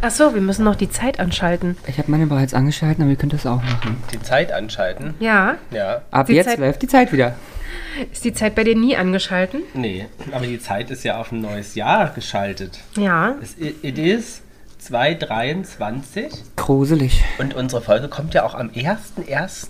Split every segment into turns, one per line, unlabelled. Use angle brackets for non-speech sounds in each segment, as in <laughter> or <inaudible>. Achso, wir müssen noch die Zeit anschalten.
Ich habe meine bereits angeschaltet, aber ihr könnt das auch machen.
Die Zeit anschalten?
Ja.
Ja.
Ab
Die
jetzt
Zeit-
läuft die Zeit wieder.
Ist die Zeit bei dir nie angeschalten?
Nee, aber die Zeit ist ja auf ein neues Jahr geschaltet.
Ja.
Es i- it ist 223
Gruselig.
und unsere Folge kommt ja auch am 1.1.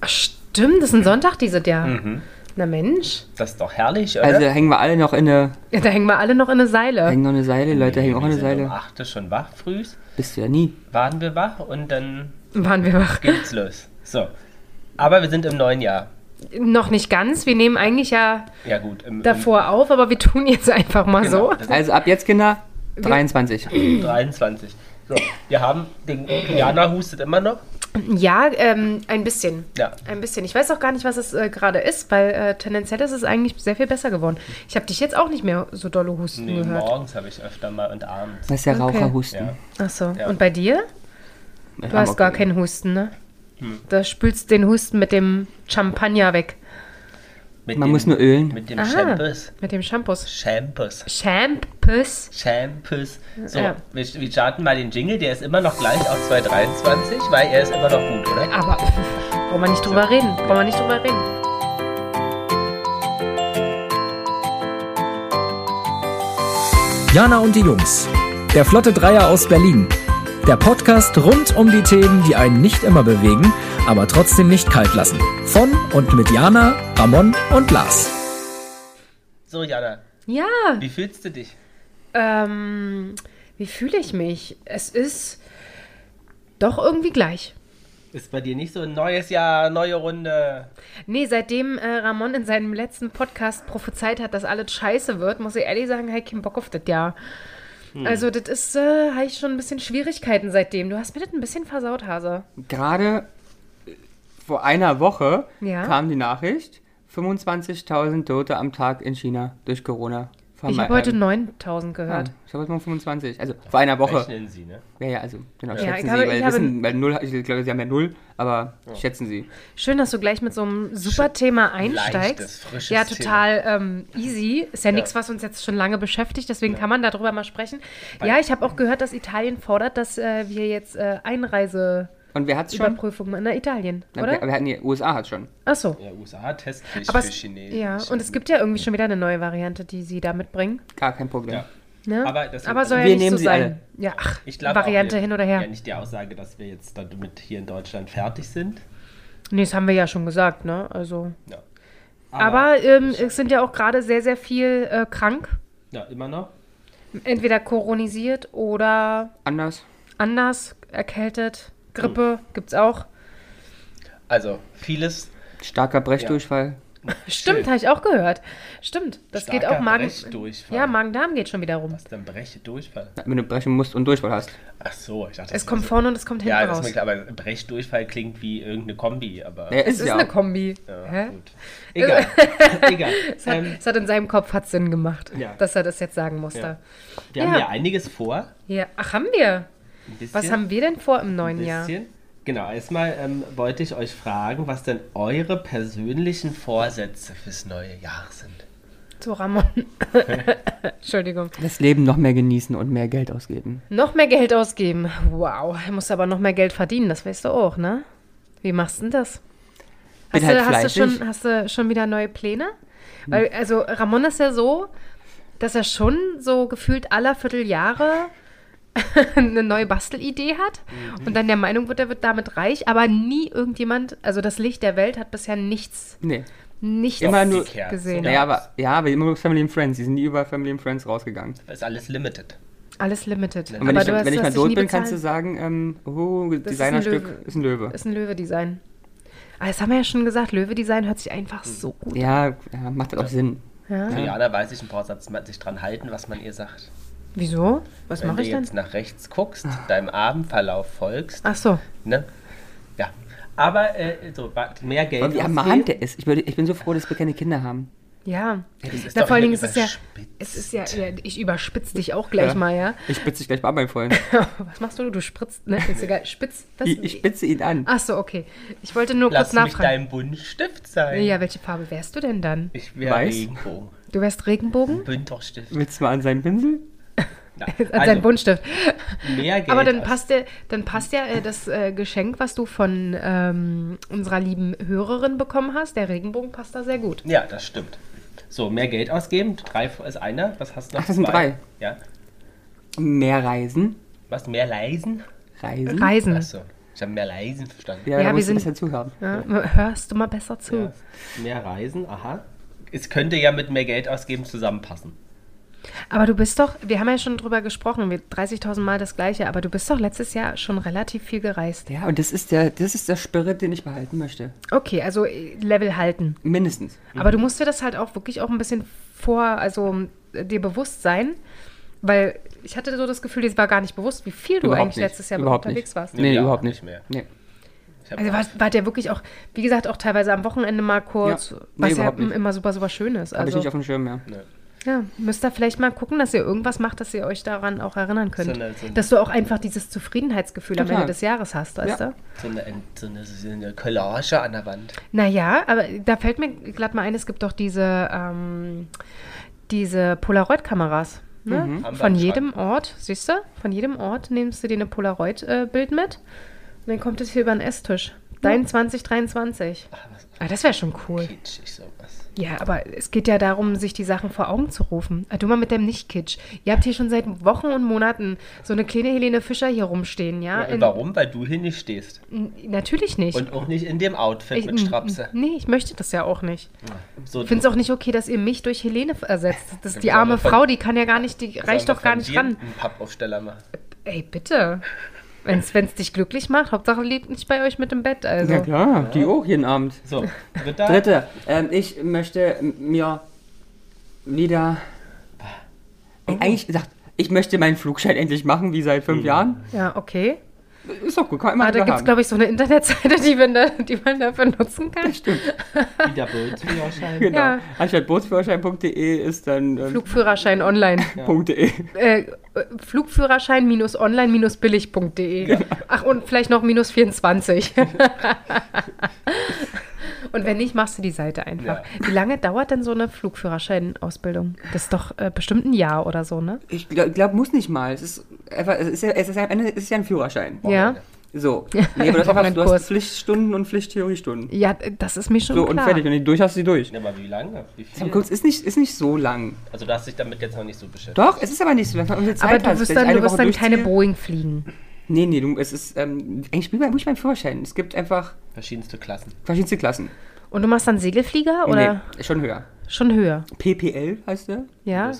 Ach, stimmt, das ist ein Sonntag dieses Jahr.
Mhm.
Na Mensch.
Das ist doch herrlich, oder?
Also hängen wir alle noch in eine,
Ja, da hängen wir alle noch in eine Seile.
hängen noch eine Seile, Leute hängen auch
wir
in eine
sind Um
Seile.
8 Uhr schon wach frühs,
Bist du ja nie.
waren wir wach und dann
Waren wir wach.
geht's los. So. Aber wir sind im neuen Jahr.
Noch nicht ganz. Wir nehmen eigentlich ja
Ja gut, im,
davor auf, aber wir tun jetzt einfach mal
im, genau,
so.
das
Also ab jetzt, Kinder, 23.
ist 23. So, wir haben den Jana hustet immer noch.
Ja, ähm, ein bisschen.
Ja.
Ein bisschen. Ich weiß auch gar nicht, was es äh, gerade ist, weil äh, tendenziell ist es eigentlich sehr viel besser geworden. Ich habe dich jetzt auch nicht mehr so dolle husten
Nee,
gehört.
morgens habe ich öfter mal und abends.
Das ist ja
Okay.
Raucherhusten.
Ja.
Achso.
Ja.
Und bei dir?
Ja,
Du hast
aber
gar
okay.
keinen Husten, ne? Da spülst den Husten mit dem Champagner weg.
Mit
Man muss nur ölen.
Mit dem
Aha.
Shampoos.
Mit dem Shampoos.
Shampoos.
Shampoos.
Shampoos. So,
Ja.
wir, wir starten mal den Jingle, der ist immer noch gleich auf 223, weil er ist immer noch gut, oder?
Aber <laughs> pff, brauchen wir nicht drüber reden. Brauchen wir nicht drüber reden.
Jana und die Jungs. Der Flotte Dreier aus Berlin. Der Podcast rund um die Themen, die einen nicht immer bewegen, aber trotzdem nicht kalt lassen. Von und mit Jana, Ramon und Lars.
So, Jana,
Ja.
wie fühlst du dich?
Ähm, wie fühle ich mich? Es ist doch irgendwie gleich.
Ist bei dir nicht so ein neues Jahr, neue Runde?
Nee, seitdem äh, Ramon in seinem letzten Podcast prophezeit hat, dass alles scheiße wird, muss ich ehrlich sagen, habe ich keinen Bock auf das Jahr. Also, das ist, äh, habe ich schon ein bisschen Schwierigkeiten seitdem. Du hast mir das ein bisschen versaut, Hase.
Gerade äh, vor einer Woche
Ja.
kam die Nachricht, 25.000 Tote am Tag in China durch Corona.
Ich habe heute 9000 gehört.
Ich habe heute mal 25. Also vor einer Woche.
Rechnen Sie, ne?
Ja, ja, also genau,
ich
schätzen
habe-
Sie, weil,
ich habe-
wissen, weil null, ich glaube, Sie haben ja null, aber schätzen Sie.
Schön, dass du gleich mit so einem super Thema einsteigst.
leichtes, frisches
ja, total ähm, easy. Ist ja, nichts, was uns jetzt schon lange beschäftigt, deswegen kann man darüber mal sprechen. Ja, ich habe auch gehört, dass Italien fordert, dass äh, wir jetzt äh, Einreiseüberprüfungen
Und wer hat's schon?
in der Italien,
Na,
oder?
Wir, wir hatten die USA hat halt schon.
Ach so.
Ja, USA Testpflicht
Aber
für
es,
Chinesen.
ja, und es gibt ja irgendwie schon wieder eine neue Variante, die sie da mitbringen.
Gar kein Problem.
Ja.
Ne?
Aber das-
soll
wir
ja nicht
nehmen
so
sie
sein.
alle.
Ja, ach,
ich glaube
Variante
auch,
hin oder her.
Ja, nicht die Aussage, dass wir jetzt damit hier in Deutschland fertig sind.
Nee, das haben wir ja schon gesagt, ne? Also.
Ja.
Aber, ähm, es sind ja auch gerade sehr, sehr viel äh, krank.
ja, immer noch.
Entweder koronisiert oder
Anders.
anders, erkältet. Grippe gibt's auch.
Also vieles
Starker Brechdurchfall.
Stimmt, habe ich auch gehört. Stimmt, das geht
Starker
auch Magen.
Brechdurchfall.
Ja, Magen-Darm geht schon wieder rum.
ist dann Brechdurchfall.
Wenn du brechen musst und Durchfall hast.
Ach so, ich dachte, das
Es kommt
war so-
vorne und es kommt hinten
Ja, das ist mir
raus.
klar, aber Brechdurchfall klingt wie irgendeine Kombi, aber
Ja,
Es ist eine Kombi.
ja,
Hä?
gut.
<laughs>
Egal. Egal.
Es hat,
Ähm,
es hat in seinem Kopf hat Sinn gemacht,
Ja.
dass er das jetzt sagen musste.
wir haben
ja.
ja einiges vor.
Ja. Ach, haben wir.
Ein bisschen,
Was haben wir denn vor im neuen
ein
Jahr?
bisschen. Genau, erstmal ähm, wollte ich euch fragen, was denn eure persönlichen Vorsätze fürs neue Jahr sind.
Zu Ramon.
<laughs>
Entschuldigung.
Das Leben noch mehr genießen und mehr Geld ausgeben.
Noch mehr Geld ausgeben. Wow, er muss aber noch mehr Geld verdienen, das weißt du auch, ne? Wie machst du denn das? Hast,
Bin halt
du, hast, du
fleißig. Hm.
schon, hast du schon wieder neue Pläne? Weil, also Ramon ist ja so, dass er schon so gefühlt aller Vierteljahre <laughs> eine neue Bastelidee hat
Mhm.
und dann der Meinung wird, er wird damit reich, aber nie irgendjemand, also das Licht der Welt hat bisher nichts,
Nee.
nichts
Immer nur-
gesehen.
Ja.
Ja, aber, ja, aber immer nur Family and Friends. Die sind nie über Family and Friends rausgegangen.
Das ist alles limited.
Hm. Alles limited.
Und wenn
aber
ich,
du hast,
wenn ich
hast
mal
dich
tot
nie
bin, kannst du
bezahlt.
sagen, ähm, oh,
ist ein Löwe.
Designerstück ist ein Löwe.
Ist ein Löwe-Design. Aber das haben wir ja schon gesagt, Löwe-Design hört sich einfach
Hm.
so gut.
ja, ja, macht das auch Sinn.
Für
Ja.
Jana weiß ich einen Vorsatz, man- sich dran halten, was man ihr sagt.
Wieso? Was
Wenn
mache
du
ich denn?
jetzt nach rechts guckst, deinem Abendverlauf folgst,
Ach so.
ne? Ja. Aber äh, so, wa- mehr Geld.
Und wie
ausgeben.
ermahnt der ist. Ich, würde, ich bin so froh, dass wir keine Kinder haben.
Ja.
das ist
Na,
doch
vor allen Dingen
immer
ist es ja.
überspitzt.
Es ist ja, ja ich überspitze dich auch gleich
Ja.
mal, ja. <laughs>
Ich spitze dich gleich mal an, mein Freund.
Was machst du? Du spritzt, ne? Ist Ah. egal. Spitz. Das,
Ich, ich spitze ihn an.
Ach so, okay. Ich wollte nur
Lass
kurz
mich
nachfragen.
dein Buntstift sein.
Ja, welche Farbe wärst du denn dann?
Ich wäre
Weiß.
Regenbogen.
Du wärst Regenbogen?
Bündnerstift.
Willst du mal an seinen Pinsel?
<laughs>
Na,
An seinen Buntstift.
mehr Geld
Aber dann
als-
passt, der, dann passt ja äh, das äh, Geschenk, was du von ähm, unserer lieben Hörerin bekommen hast. Der Regenbogen passt da sehr gut.
Ja, das stimmt. So, mehr Geld ausgeben. Drei ist einer. Was hast du noch?
Ach, das sind
Zwei.
drei.
Ja.
Mehr Reisen.
Was? Mehr leisen?
Reisen.
Reisen.
Achso. Ich habe mehr leisen verstanden.
Ja,
Mhm. Ja,
da
wir
musst du
sind-
besser zuhören.
Ja, hörst du mal besser zu.
Ja. Mehr reisen, aha. Es könnte ja mit mehr Geld ausgeben zusammenpassen.
Aber du bist doch, wir haben ja schon drüber gesprochen, wir 30.000 Mal das Gleiche, aber du bist doch letztes Jahr schon relativ viel gereist.
Ja, und das ist der, das ist der Spirit, den ich behalten möchte.
Okay, also äh, Level halten.
Mindestens.
Aber du musst dir das halt auch wirklich auch ein bisschen vor, also äh, dir bewusst sein, weil ich hatte so das Gefühl, dir war gar nicht bewusst, wie viel du eigentlich letztes Jahr
überhaupt
unterwegs
nicht.
warst.
Nee,
Ja,
überhaupt nicht
nicht mehr.
mehr. Nee.
Ich hab-
Also wart, wart ihr wirklich auch, wie gesagt, auch teilweise am Wochenende mal kurz,
Ja. Nee,
was ja
überhaupt nicht.
immer super, super schön ist.
Habe ich
Also,
nicht auf dem Schirm mehr.
ja, müsst ihr vielleicht mal gucken, dass ihr irgendwas macht, dass ihr euch daran auch erinnern könnt.
So eine- so eine-
dass du auch einfach dieses Zufriedenheitsgefühl am
Total.
Ende des Jahres hast, weißt
Ja.
du?
So eine, so, eine, so eine Collage an der Wand.
Naja, aber da fällt mir glatt mal ein, es gibt doch diese, ähm, diese Polaroid-Kameras.
Mhm.
Ne?
Haben wir
Von
im Schrank.
jedem Ort, siehst du, von jedem Ort nimmst du dir eine Polaroid-Bild mit und dann kommt es hier über den Esstisch. Dein 2023.
Ach, was
Ah, das wäre schon cool.
kitschig sowas.
Ja, aber es geht ja darum, sich die Sachen vor Augen zu rufen. Ah, Du mal mit dem Nicht-Kitsch. Ihr habt hier schon seit Wochen und Monaten so eine kleine Helene Fischer hier rumstehen, ja?
Ja, Warum? Weil du hier nicht stehst.
In, n- natürlich nicht.
Und auch nicht in dem Outfit
ich,
mit Strapse.
Nee, ich möchte das ja auch nicht.
So,
Ich finde es auch nicht okay, dass ihr mich durch Helene f- ersetzt. Das ist die
Sollen wir
arme
von-
Frau, die kann ja gar nicht, die
sollen
reicht
wir
doch gar
von
nicht
dir
ran.
Einen Pappaufsteller machen.
Ey, bitte. Wenn es dich glücklich macht, Hauptsache lebt nicht bei euch mit im Bett. Also.
Ja klar, die auch jeden Abend.
So,
<laughs>
dritter.
Dritte, ähm, ich möchte mir wieder.
Oh.
Ey, Eigentlich gesagt, ich möchte meinen Flugschein endlich machen, wie seit fünf Jahren.
ja, okay.
Ist doch gut, kann immer
Aber Ah, da gibt es, glaube ich, so eine Internetseite, die man, da, die man dafür nutzen kann.
Wieder Bootsführerschein.
<laughs>
Genau.
ja.
Anstatt bootsführerschein.de ist dann ähm, E.
Flugführerschein online.
.de.
Äh, äh, Flugführerschein-online-billig.de. Ach, und vielleicht noch minus
<laughs>
24. und wenn nicht, machst du die Seite einfach. Wie lange dauert denn so eine Flugführerschein-Ausbildung? Das ist doch äh, bestimmt ein Jahr oder so, ne?
Ich glaube, glaub, muss nicht mal. Es ist, einfach, es ist, ja, es ist ja am Ende es ist ja ein Führerschein.
Ja. <laughs>
So. Nee, aber das ist einfach, du
Wochenendkurs.
hast Pflichtstunden und Pflichttheoriestunden.
Ja, das ist mir schon
So, und
klar.
fertig. Wenn du die durch hast, du die durch.
Ja, aber wie lange? Wie
Zum
viel?
Kurz ist nicht, ist nicht so lang.
Also, du hast dich damit jetzt noch nicht so beschäftigt.
Doch, es ist aber nicht so lang. wenn Zeit
Aber du
hast,
wirst
wenn ich
dann, du
eine
wirst
Woche
dann keine
durchziehe.
Boeing fliegen.
Nee, nee, du, es ist, ähm, eigentlich bin ich beim- muss ich beim Führerschein. Es gibt einfach
Verschiedenste Klassen.
verschiedenste Klassen.
Und du machst dann Segelflieger oder
Nee, schon höher.
schon höher?
PPL heißt der.
Ja.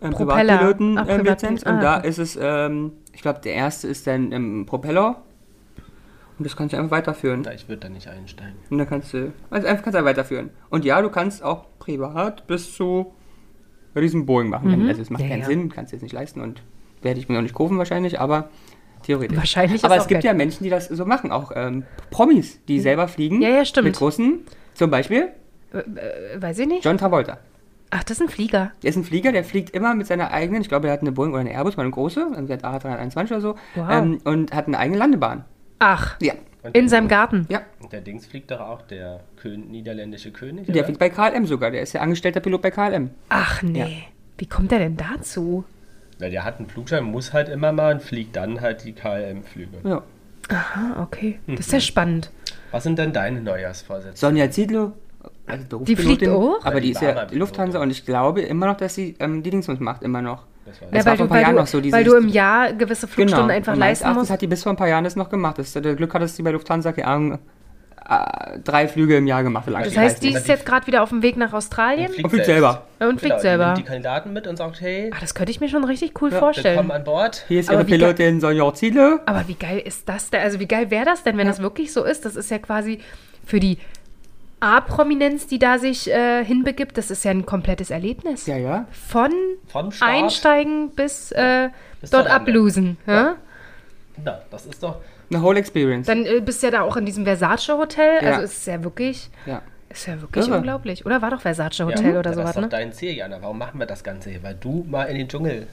Ähm,
Propeller.
Privatpiloten
Ach,
ähm,
Privatpilot-
Lizenz. Und
ah,
da
okay.
ist es, ähm, ich glaube, der erste ist dann ähm, Propeller. Und das kannst du einfach weiterführen.
Na, Ich würde da nicht einsteigen.
Und dann kannst du, also einfach kannst du weiterführen. Und ja, du kannst auch privat bis zu Riesenboeing machen. Also es macht
Mhm. Ja,
keinen
ja.
Sinn, kannst du jetzt nicht leisten und werde ich mir auch nicht kaufen wahrscheinlich, aber theoretisch.
Wahrscheinlich ist
Aber
auch
es gibt
geil. Mhm.
ja Menschen, die das so machen, auch ähm, Promis, die selber fliegen.
Ja, ja, stimmt.
Mit Russen, zum Beispiel
Äh, Weiß ich nicht.
John Travolta.
Ach, das ist ein Flieger.
Der ist ein Flieger, der fliegt immer mit seiner eigenen, ich glaube, er hat eine Boeing oder eine Airbus, mal eine große, irgendwie hat A321 oder so,
Wow.
ähm, und hat eine eigene Landebahn.
Ach,
Ja,
in seinem Garten.
ja.
Und der Dings fliegt doch auch, der Kön niederländische König.
Der
oder?
fliegt bei KLM sogar, der ist ja angestellter Pilot bei KLM.
Ach nee.
Ja.
Wie kommt er denn dazu?
Na, der hat einen Flugschein, muss halt immer mal und fliegt dann halt die KLM-Flüge.
Ja.
Ah, okay.
Mhm.
Das ist ja spannend.
Was sind denn deine Neujahrsvorsätze?
Sonja Ziedlow, also
Die fliegt
Berufspilotin,
auch?
aber die
Die
ist
war
ja
mal Pilotin.
Lufthansa und ich glaube immer noch, dass sie ähm, die Dings uns macht, immer noch.
Das war-
Ja,
Das war vor ein paar Jahren noch so,
weil
dieses- Genau,
du im Jahr gewisse Flugstunden einfach
und meines
leisten
Erachtens
musst.
hat die bis vor ein paar Jahren das noch gemacht. Das, das Glück hat, dass sie bei Lufthansa keine Ahnung, äh, drei Flüge im Jahr gemacht hat.
Das heißt,
die heißt
die
nicht.
ist jetzt gerade wieder auf dem Weg nach Australien
Und fliegt selber.
äh, und fliegt
Genau, Die
selber.
nimmt die Kandidaten mit und sagt, hey,
Ah, das könnte ich mir schon richtig cool
willkommen
vorstellen.
an Bord.
Hier ist
Aber
ihre
wie ge-
Pilotin Sonja Ziedlow.
Aber wie geil ist das denn? Also wie geil wäre das denn, wenn das wirklich so ist? Das ist ja quasi für die A-Prominenz, die da sich äh, hinbegibt, das ist ja ein komplettes Erlebnis.
Ja, ja.
Von
Vom Start.
Einsteigen bis, äh,
Bis
dort
zum Ende.
ablosen. Ja?
Na, das ist doch...
Eine whole experience.
Dann äh, bist du ja da auch in diesem Versace-Hotel.
Ja.
Also es ist ja wirklich...
ja.
Ist ja wirklich
Irre.
unglaublich. Oder war doch Versace
Ja,
Hotel oder
das
sowas,
ist doch
ne?
dein Ziel, Jana. Warum machen wir das Ganze hier? Weil du mal in den Dschungel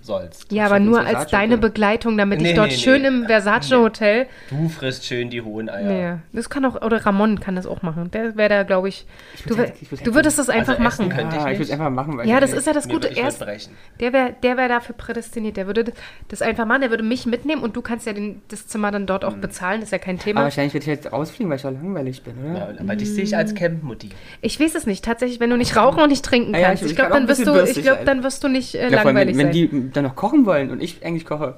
sollst.
Ja, aber
hab
nur
ins
als
Versace
deine
Hotel.
Begleitung, damit
Nee,
ich dort
nee,
schön
nee.
im Versace Hotel.
Du frisst schön die hohen Eier.
Nee, das kann auch, oder Ramon kann das auch machen. Der wäre da, glaube ich, du, wär-
halt- ich würd's
du würdest das einfach
Also essen
machen.
könnte
Ah, ich würde es
nicht.
einfach machen, weil
Ja,
ich-
das ist ja das
Mir
Gute.
würde ich halt
Erst,
verbrechen.
der wäre der wär dafür prädestiniert. Der würde das einfach machen. Der würde mich mitnehmen und du kannst ja den, das Zimmer dann dort auch bezahlen. Das ist ja kein
Hm. Aber
Thema.
wahrscheinlich würde ich jetzt rausfliegen, weil ich ja langweilig bin, oder?
Ja, aber dich sehe ich als Campmutti.
Ich weiß es nicht. Tatsächlich, wenn du nicht rauchen und nicht trinken
Ah Ja, ja,
kannst.
ich-
ich
ich
glaube,
kann auch
dann,
ein
wirst
bisschen
du- ich
bürstig
glaub,
sein.
dann wirst du nicht äh,
Ja, vor allem,
langweilig
wenn, wenn
sein.
die dann noch kochen wollen und ich eigentlich koche.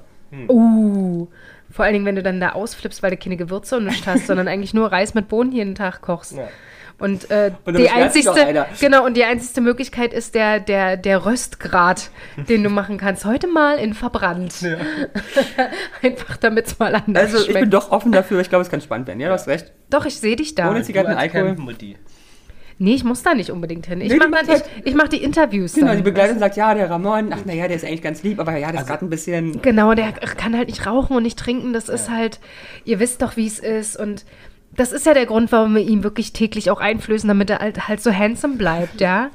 Uh, vor allen Dingen, wenn du dann da ausflippst, weil du keine Gewürze und nichts hast, sondern eigentlich nur Reis mit Bohnen jeden Tag kochst.
Ja.
Und, äh,
Und dann
die
beschwert sich doch
einzigste,
einer.
genau, und die einzigste Möglichkeit ist der, der, der Röstgrad, den du machen kannst. Heute mal in verbrannt. <laughs> Einfach damit es mal anders
Also ich
schmeckt.
bin doch offen dafür, ich glaube, es kann spannend werden. Ja, du hast recht.
doch, ich sehe dich da.
Ohne
Du
Zigaretten,
als
Alkohol. Mhm.
Campmutti.
Nee, ich muss da nicht unbedingt hin. Ich
Nee,
mache
du machst
ich,
halt-
ich mach die Interviews.
Genau,
dann.
die Begleitung sagt, ja, der Ramon, ach naja, der ist eigentlich ganz lieb, aber ja,
Also,
das ist gerade ein bisschen...
Genau, der kann halt nicht rauchen und nicht trinken. Das ist halt, ihr wisst doch, wie es ist. Und das ist ja der Grund, warum wir ihm wirklich täglich auch einflößen, damit er halt, halt so handsome bleibt, ja.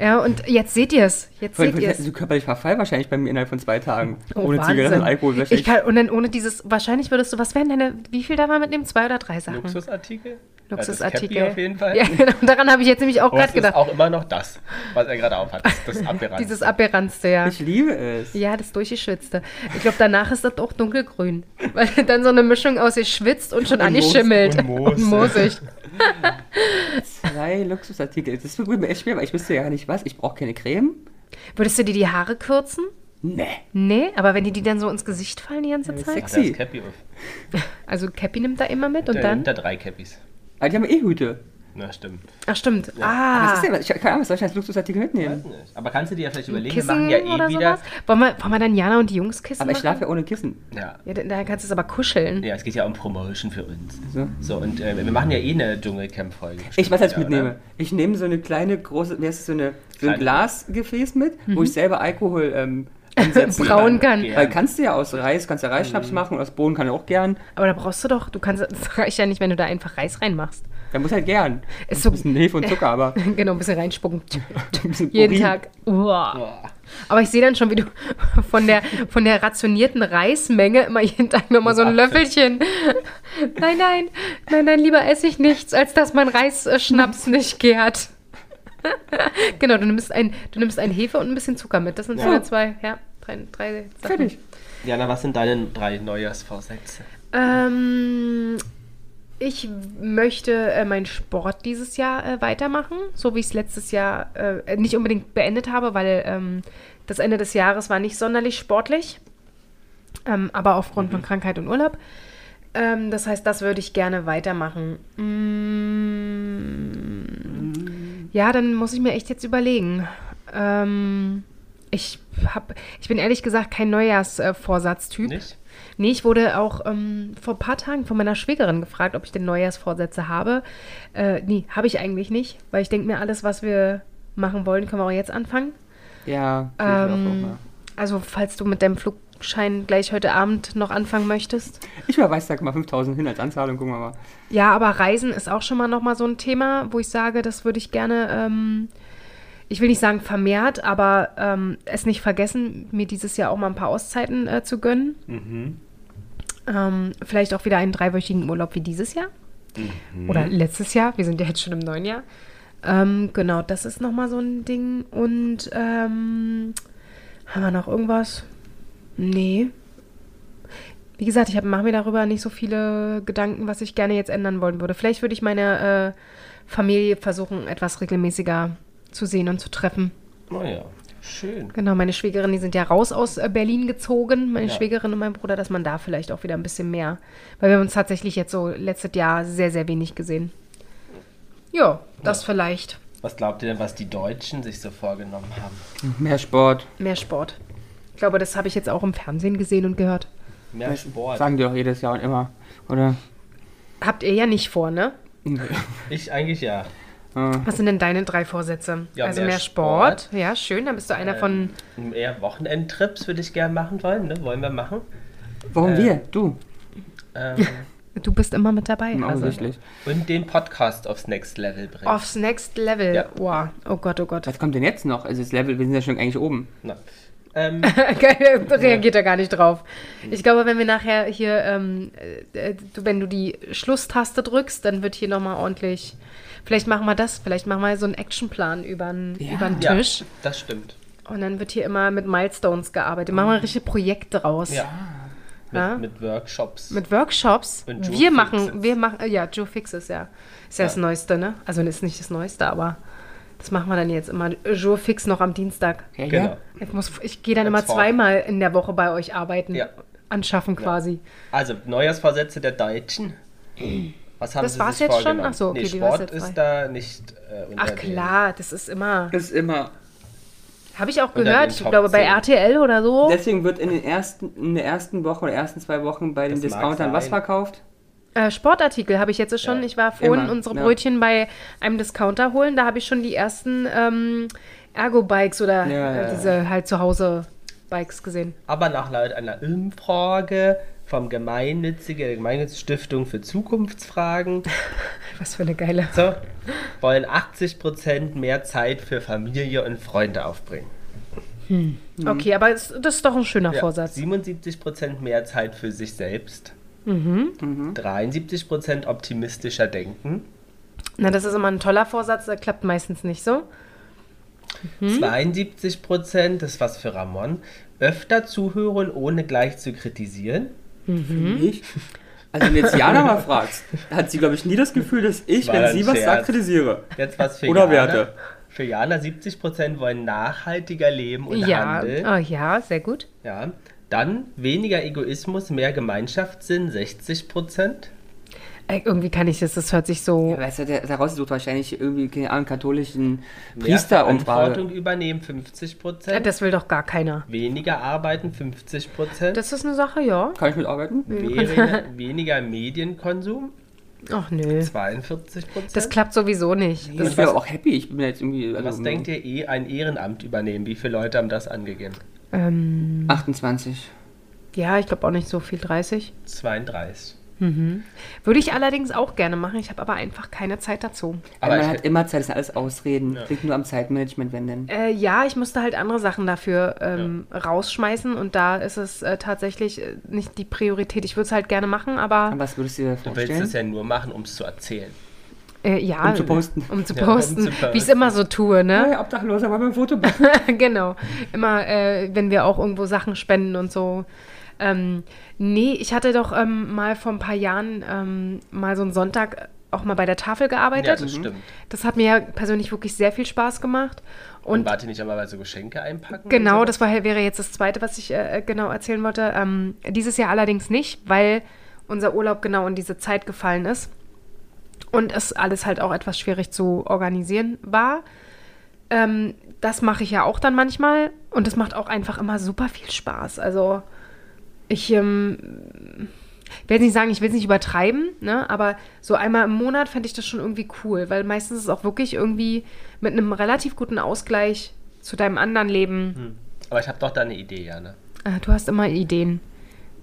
Ja, und jetzt seht ihr es. Jetzt
Voll,
seht
voll,
ihr
also
es.
körperlich Verfall wahrscheinlich bei mir innerhalb von zwei Tagen.
Oh,
Ohne
Wahnsinn.
Zigaretten, Alkohol.
Ich
wahrscheinlich.
kann, und dann ohne dieses, wahrscheinlich würdest du, was wären deine, wie viel darf man mitnehmen? Zwei oder drei Sachen?
Luxusartikel?
Luxusartikel.
Ja, das Cappy auf jeden Fall. <laughs>
Ja, genau, daran habe ich jetzt nämlich auch
Aber
gerade
es ist
gedacht.
auch immer noch das, was er gerade aufhat. Das ist abgerannt.
Dieses Aberranzte, ja.
ich liebe es.
Ja, das durchgeschwitzte. Ich glaube, danach ist das auch dunkelgrün. Weil <laughs> dann so eine Mischung aus geschwitzt und schon
Und Moos.
angeschimmelt.
Und Moos.
moosig.
Zwei Luxusartikel. Das ist wirklich echt schwer, weil ich wüsste ja nicht was. Ich brauche keine Creme.
Würdest du dir die Haare kürzen?
Nee.
Nee, aber wenn dir die dann so ins Gesicht fallen die ganze Zeit?
sexy.
Ach, da ist Cappy auf.
Also Cappy nimmt da immer mit und
Der
dann?
nimmt da drei Cappies.
Aber die haben eh Hüte.
Na, stimmt.
Ach stimmt.
Was
Ah,
ist denn? Ich, keine Ahnung, was soll ich als Luxusartikel mitnehmen?
Weiß nicht. Aber kannst du dir ja vielleicht überlegen, wir
Kissen
machen ja
oder
eh wieder.
sowas? Wollen wir, wollen wir dann Jana und die Jungs kissen
Aber ich
machen?
schlafe ja ohne Kissen.
Ja.
Ja, dann, dann kannst du es aber kuscheln.
ja, es geht ja um Promotion für uns.
So.
So, und äh, wir machen ja eh eine Dschungelcamp-Folge.
Ich weiß, was ich
Ja, oder?
mitnehme. Ich nehme so eine kleine, große, wie heißt das, so, eine, so ein
Kleine.
Glasgefäß mit, wo ich selber Alkohol ähm, ansetzen
Mhm. <laughs> Brauen kann.
Weil kannst du ja aus Reis, kannst du ja Reisschnaps machen, aus Bohnen kann ich auch gern.
Aber da brauchst du doch, du kannst, <laughs> das reicht ja nicht, wenn du da einfach Reis reinmachst.
Da muss halt gern.
Ist so-
ein bisschen Hefe und Zucker, aber
<laughs> genau, ein bisschen reinspucken.
ein bisschen
Jeden
Urin.
Tag. Uah.
Boah.
Aber ich sehe dann schon, wie du <laughs> von der, von der rationierten Reismenge immer jeden Tag nochmal so ein Löffelchen. <laughs> Nein, nein, nein, nein, lieber esse ich nichts, als dass mein
<laughs>
Reisschnaps nicht gärt. <laughs> genau, du nimmst, ein, du nimmst ein Hefe und ein bisschen Zucker mit. Das sind
Ja.
schon mal zwei, ja, drei, drei Sachen.
Fertig.
Jana, was sind deine drei Neujahrsvorsätze?
Ähm, ich möchte äh, meinen Sport dieses Jahr äh, weitermachen, so wie ich es letztes Jahr äh, nicht unbedingt beendet habe, weil ähm, das Ende des Jahres war nicht sonderlich sportlich, ähm, aber aufgrund von Krankheit und Urlaub. Ähm, das heißt, das würde ich gerne weitermachen. Mm, ja, dann muss ich mir echt jetzt überlegen. Ähm, ich, hab, ich bin ehrlich gesagt kein Neujahrsvorsatztyp.
Nicht?
Nee, ich wurde auch ähm, vor ein paar Tagen von meiner Schwägerin gefragt, ob ich denn Neujahrsvorsätze habe. Äh, nee, habe ich eigentlich nicht, weil ich denke mir, alles, was wir machen wollen, können wir auch jetzt anfangen.
Ja, sehe ich auch noch
Ähm,
mal.
also, falls du mit deinem Flugschein gleich heute Abend noch anfangen möchtest.
Ich überweise da mal 5000 hin als Anzahlung, gucken wir mal.
Ja, aber Reisen ist auch schon mal nochmal so ein Thema, wo ich sage, das würde ich gerne, ähm, ich will nicht sagen vermehrt, aber ähm, es nicht vergessen, mir dieses Jahr auch mal ein paar Auszeiten äh, zu gönnen. Ähm, vielleicht auch wieder einen dreiwöchigen Urlaub wie dieses Jahr. Oder letztes Jahr, wir sind ja jetzt schon im neuen Jahr. Ähm, genau, das ist nochmal so ein Ding. Und ähm, haben wir noch irgendwas? Nee. Wie gesagt, ich mache mir darüber nicht so viele Gedanken, was ich gerne jetzt ändern wollen würde. Vielleicht würde ich meine äh, Familie versuchen, etwas regelmäßiger zu sehen und zu treffen.
Naja, schön.
Genau, meine Schwägerin, die sind ja raus aus äh, Berlin gezogen, meine
Ja.
Schwägerin und mein Bruder, dass man da vielleicht auch wieder ein bisschen mehr, weil wir haben uns tatsächlich jetzt so letztes Jahr sehr, sehr wenig gesehen. Ja, das vielleicht.
Was glaubt ihr denn, was die Deutschen sich so vorgenommen haben?
Mehr Sport.
Mehr Sport. Ich glaube, das habe ich jetzt auch im Fernsehen gesehen und gehört.
Mehr Sport.
Sagen die doch jedes Jahr und immer. Oder?
Habt ihr ja nicht vor, ne?
Ich eigentlich ja.
Was sind denn deine drei Vorsätze?
Ja,
also mehr,
mehr Ähm,
Sport. Ja, schön, dann bist du einer von.
Eher Wochenendtrips würde ich gerne machen wollen, ne? Wollen wir machen? Äh,
Warum wir? Du.
Ähm,
<laughs> Du bist immer mit dabei. Also.
Offensichtlich.
und den Podcast aufs Next Level bringen.
Aufs Next Level.
Ja.
Wow. Oh Gott, oh Gott.
Was kommt denn jetzt noch? Also das Level, wir sind ja schon eigentlich oben.
Na,
<laughs>
Ähm,
Geil, reagiert er gar nicht drauf.
Mhm.
Ich glaube, wenn wir nachher hier, ähm, äh, du, wenn du die Schlusstaste drückst, dann wird hier nochmal ordentlich. Vielleicht machen wir das, vielleicht machen wir so einen Actionplan über den
Ja.
<laughs>
ja,
Tisch.
das stimmt.
Und dann wird hier immer mit Milestones gearbeitet. Machen wir richtige Projekte raus.
Mhm. Ja. Mit,
Ja.
mit Workshops.
Ah. Mit Workshops.
Und Joe
wir machen,
Fixes.
wir machen, äh, ja, Joe Fixes, ja. Ist ja, das
Ja.
Neueste, ne? Also ist nicht das Neueste, aber das machen wir dann jetzt immer. Joe Fix noch am Dienstag.
Ja,
genau.
ja.
Ich, muss- ich gehe dann
Als
immer
Frau.
zweimal in der Woche bei euch arbeiten.
Ja.
Anschaffen quasi.
Also, Neujahrsvorsätze der Deutschen. Was haben
Das
Sie
war's
sich
jetzt schon?
vorgenommen?
Ach so, okay,
nee,
die war's
Sport
jetzt
ist
frei.
da nicht äh, unter
Ach
den-
klar, das ist immer.
Das ist immer.
Habe ich auch
Unter den
gehört. Ich
Top
glaube bei
10.
RTL oder so.
Deswegen wird in, den ersten, in der ersten Woche oder ersten zwei Wochen bei den
Das mag
Discountern was
sein.
verkauft?
Äh, Sportartikel habe ich jetzt schon.
Ja.
Ich war vorhin
Immer,
unsere
ja.
Brötchen bei einem Discounter holen. Da habe ich schon die ersten ähm, Ergo-Bikes oder
Ja, ja,
äh, diese halt zu Hause Bikes gesehen.
Aber nach laut einer Umfrage vom gemeinnützigen der Gemeinnützigen Stiftung für Zukunftsfragen
Was für eine geile.
so, wollen 80% mehr Zeit für Familie und Freunde aufbringen. Mhm.
Okay, aber es, das ist doch ein schöner Vorsatz.
77% mehr Zeit für sich selbst.
Mhm.
Mhm.
73% optimistischer denken.
Na, das ist immer ein toller Vorsatz. Das klappt meistens nicht so. Mhm.
72%, das ist was für Ramon, öfter zuhören, ohne gleich zu kritisieren.
Mhm.
Ich? Also wenn jetzt Jana mal fragst, hat sie glaube ich nie das Gefühl, dass ich,
War
wenn
ein
sie was
Scherz.
sagt, kritisiere.
Jetzt was für
Oder
Jana.
Werte.
Für Jana 70% wollen nachhaltiger leben und
Ja,
handeln.
ah, ja, sehr gut.
Ja. Dann weniger Egoismus, mehr Gemeinschaftssinn, 60%.
Äh, irgendwie kann ich das. Das hört sich so.
Weißt du, der, der rausgesucht wahrscheinlich irgendwie, keine Ahnung, katholischen
Mehr Verantwortung
Priesterumfrage.
übernehmen,
Äh,
50%.
das will doch gar keiner.
weniger arbeiten, 50%.
Das ist eine Sache, ja.
Kann ich mitarbeiten?
weniger, weniger Medienkonsum,
Ach nö.
42%.
Das klappt sowieso nicht.
Also Ich bin aber auch happy. Ich bin jetzt irgendwie. Also,
was denkt ihr, eh ein Ehrenamt übernehmen? Wie viele Leute haben das angegeben?
Ähm,
28.
ja, ich glaube auch nicht so viel. 30.
32.
Würde ich allerdings auch gerne machen, ich habe aber einfach keine Zeit dazu.
Aber
man
ich,
hat immer Zeit, das sind alles Ausreden. Liegt nur am Zeitmanagement, wenn denn.
Äh, ja, ich musste halt andere Sachen dafür ähm, rausschmeißen und da ist es äh, tatsächlich äh, nicht die Priorität. Ich würde es halt gerne machen, aber
Aber was würdest du dir
du willst
vorstellen?
es ja nur machen, um es zu erzählen.
äh, ja.
Um zu posten.
Um zu
Ja, um
posten,
zu posten.
wie ich es immer so tue,
Ah,
ne?
ja, Obdachloser, wollen wir ein Foto machen?
<laughs> genau. Immer, äh, wenn wir auch irgendwo Sachen spenden und so. Ähm, nee, ich hatte doch ähm, mal vor ein paar Jahren ähm, mal so einen Sonntag auch mal bei der Tafel
Ja,
gearbeitet.
das stimmt.
das hat mir ja persönlich wirklich sehr viel Spaß gemacht.
Und
Und
warte nicht einmal bei so Geschenke einpacken?
Genau,
und
das war, wäre jetzt das Zweite, was ich äh, genau erzählen wollte. Ähm, dieses Jahr allerdings nicht, weil unser Urlaub genau in diese Zeit gefallen ist und es alles halt auch etwas schwierig zu organisieren war. Ähm, das mache ich ja auch dann manchmal und das macht auch einfach immer super viel Spaß. Also ich ähm, will jetzt nicht sagen, ich will es nicht übertreiben, ne? aber so einmal im Monat fände ich das schon irgendwie cool, weil meistens ist es auch wirklich irgendwie mit einem relativ guten Ausgleich zu deinem anderen Leben.
so? Hm. Aber ich habe doch da eine Idee, Jana.
Äh, du hast immer Ideen.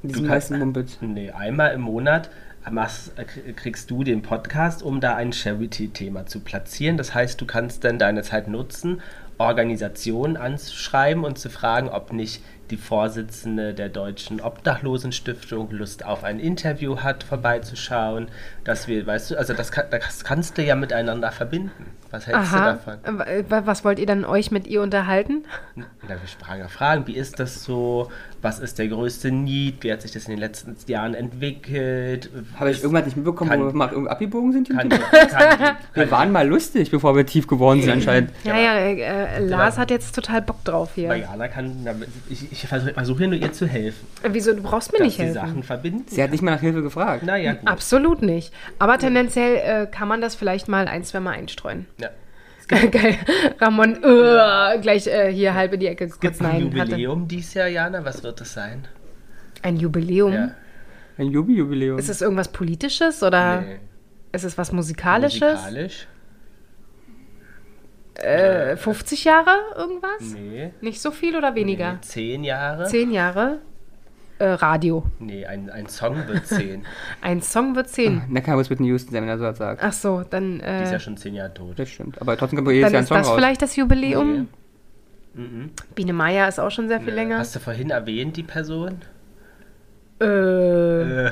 Diesen
kannst-
weißen Mumpitz.
<laughs> Nee, einmal im Monat machst, kriegst du den Podcast, um da ein Charity-Thema zu platzieren. Das heißt, du kannst dann deine Zeit nutzen, Organisationen anzuschreiben und zu fragen, ob nicht die Vorsitzende der Deutschen Obdachlosenstiftung Lust auf ein Interview hat, vorbeizuschauen. Dass wir, weißt du, also das, kann, das kannst du ja miteinander verbinden. Was hältst du
Aha.
davon?
Äh, wa- Was wollt ihr dann euch mit ihr unterhalten?
Na, wir sprachen ja Fragen, wie ist das so? Was ist der größte Need? Wie hat sich das in den letzten Jahren entwickelt?
Habe ich irgendwann nicht mitbekommen,
kann-
wo wir mal irgendwie abgebogen sind?
<laughs>
die
Kann,
Typen?
kann, kann,
wir waren mal lustig, bevor wir tief geworden sind anscheinend.
Ja, ja, äh,
Genau.
äh, Lars hat jetzt total Bock drauf hier.
Bei Jana kann, na, ich, ich versuche versuch ja nur ihr zu helfen,
Äh, Wieso, du brauchst mir
dass
nicht
die
helfen.
Sachen verbinden.
Sie hat nicht mal nach Hilfe gefragt.
Naja, gut.
Absolut nicht. Aber tendenziell äh, kann man das vielleicht mal ein, zwei Mal einstreuen.
Ja.
<laughs> Geil. Ramon, uah, gleich äh, hier halb in die Ecke
Gibt
gekotzt.
es ein
Nein, hatte.
Jubiläum dieses Jahr, Jana? Was wird das sein?
Ein Jubiläum?
Ja.
Ein Jubi-Jubiläum.
Ist es irgendwas Politisches oder
Nee.
ist es was Musikalisches?
Musikalisch?
Äh, 50 Jahre irgendwas?
Nee.
Nicht so viel oder weniger?
Nee, Zehn Jahre?
Zehn Jahre? Äh, Radio.
Nee, ein, ein Song wird
<laughs>
zehn.
Ein Song wird
Ah.
zehn.
Na kann es mit Houston sein, wenn er sowas sagt.
Ach so, dann,
Die ist
äh,
ja schon zehn Jahre tot.
Das stimmt. Aber trotzdem kommt jedes
dann
Jahr ein
ist
Song
das
raus.
vielleicht das Jubiläum.
Nee. Äh,
Biene Meier ist auch schon sehr um. Mhm. viel länger.
Mhm. Hast du vorhin erwähnt, die Person?
Äh,
Äh,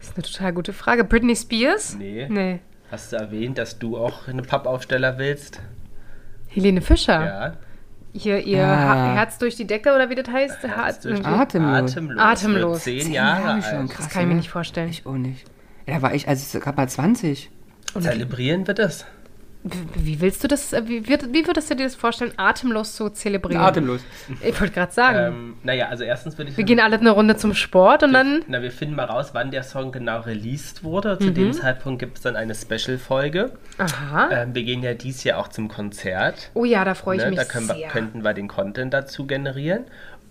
ist eine total gute Frage. Britney Spears?
Nee.
Nee.
Hast du erwähnt, dass du auch eine Pappaufsteller willst?
Helene Fischer.
Ja.
Hier ihr
Ah.
Ha- Herz durch die Decke oder wie das heißt? Herz
Durch-
irgendwie.
Atemlos.
Atemlos.
Atemlos.
Wird Zehn,
Zehn
Jahre
Jahre schon.
alt.
das
krass,
kann ich mir
ne?
nicht vorstellen.
Ich auch nicht. Da war ich, also es gab mal 20.
Zelebrieren wir das?
W- Wie willst du das, äh, wie, wird, wie würdest du dir das vorstellen, atemlos zu zelebrieren?
Atemlos.
Ich wollte gerade sagen,
Ähm, naja, also erstens würde ich.
wir gehen alle eine Runde zum Sport und dann
Na, wir finden mal raus, wann der Song genau released wurde. Zu
Mhm.
dem Zeitpunkt gibt es dann eine Special-Folge.
Aha.
Ähm, wir gehen ja dies Jahr auch zum Konzert.
Oh ja, da freue Ah. ich
Ne?
mich
Da können wir,
sehr.
könnten wir den Content dazu generieren.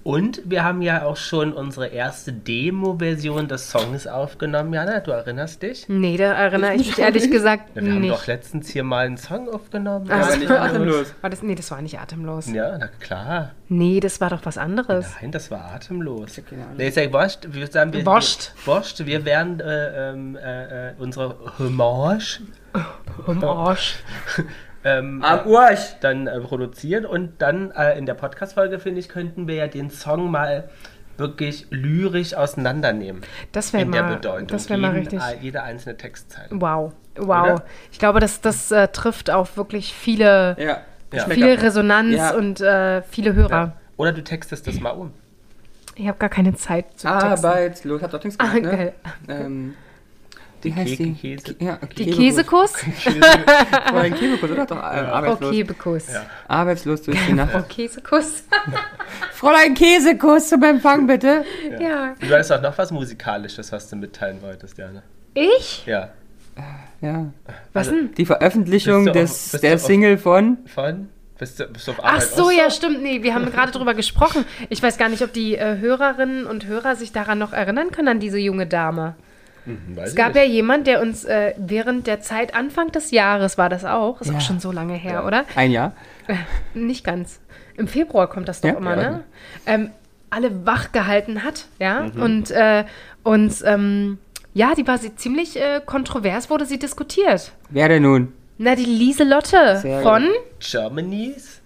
Und wir haben ja auch schon unsere erste Demo-Version des Songs aufgenommen. Jana, du erinnerst dich?
nee, da erinnere ich mich ehrlich gesagt
Ja, wir haben doch
nicht.
letztens hier mal einen Song aufgenommen.
Ach so.
Ja, nicht-
War das, nee, das war nicht atemlos.
ja, na klar.
Nee, das war doch was anderes.
Nein, das war atemlos.
keine Ahnung.
Nee, ist ja wurscht. Wir sagen, wir,
genau. Wurscht.
Wurscht. Wir werden äh, ähm, äh, äh, unsere Hommage
Im Um Arsch.
ähm,
Am Ursch.
dann äh, produzieren und dann äh, in der Podcast-Folge, finde ich, könnten wir ja den Song mal wirklich lyrisch auseinandernehmen.
Das wäre
in der
mal,
Bedeutung.
das wär mal
Jeden-
richtig.
äh, Jede einzelne Textzeile.
Wow. Wow.
Oder?
Ich glaube, das, das äh, trifft auf wirklich viele,
Ja.
Ja.
Schmeckt
viel
ab.
Resonanz
Ja.
und äh, viele Hörer.
Oder du textest das mal um.
Ich habe gar keine Zeit zu
Ah,
texten.
Arbeitslos. Habt ihr auch nichts
Ah,
gemacht, ne?
geil.
Ähm, die heißt
Ke-
die?
Käse-
Ke- Ja,
Die Käsekuss?
Vorhin Käsekuss, oder? Doch, ähm, arbeitslos.
Okay, Bekuss.
Arbeitslos durch die
Oh,
Nacht.
Käsekuss.
Fräulein Käsekuss zum Empfang, bitte.
Ja.
Du hattest auch noch was Musikalisches, was du mitteilen wolltest, Jana.
Ich?
Ja.
Ja.
Was
Also,
denn?
Die Veröffentlichung
Bist du auf-
des,
bist
der
du auf-
Single von.
Von? Bist du, bist du auf
Ach
Arbeit
so,
aus-
ja, stimmt. Nee, wir haben gerade drüber gesprochen. Ich weiß gar nicht, ob die äh, Hörerinnen und Hörer sich daran noch erinnern können, an diese junge Dame.
Hm, weiß
Es
ich
gab
nicht.
ja jemand, der uns äh, während der Zeit, Anfang des Jahres war das auch, ist
Ja.
auch schon so lange her, oder?
Ein Jahr.
Nicht ganz. Im Februar kommt das doch
Ja,
immer,
ja.
ne? Ähm, alle wach gehalten hat, ja.
Mhm.
Und äh, uns, ähm, ja, die war sie ziemlich äh, kontrovers, wurde sie diskutiert.
Wer denn nun?
Na, die Lieselotte
Sehr
von
Germany's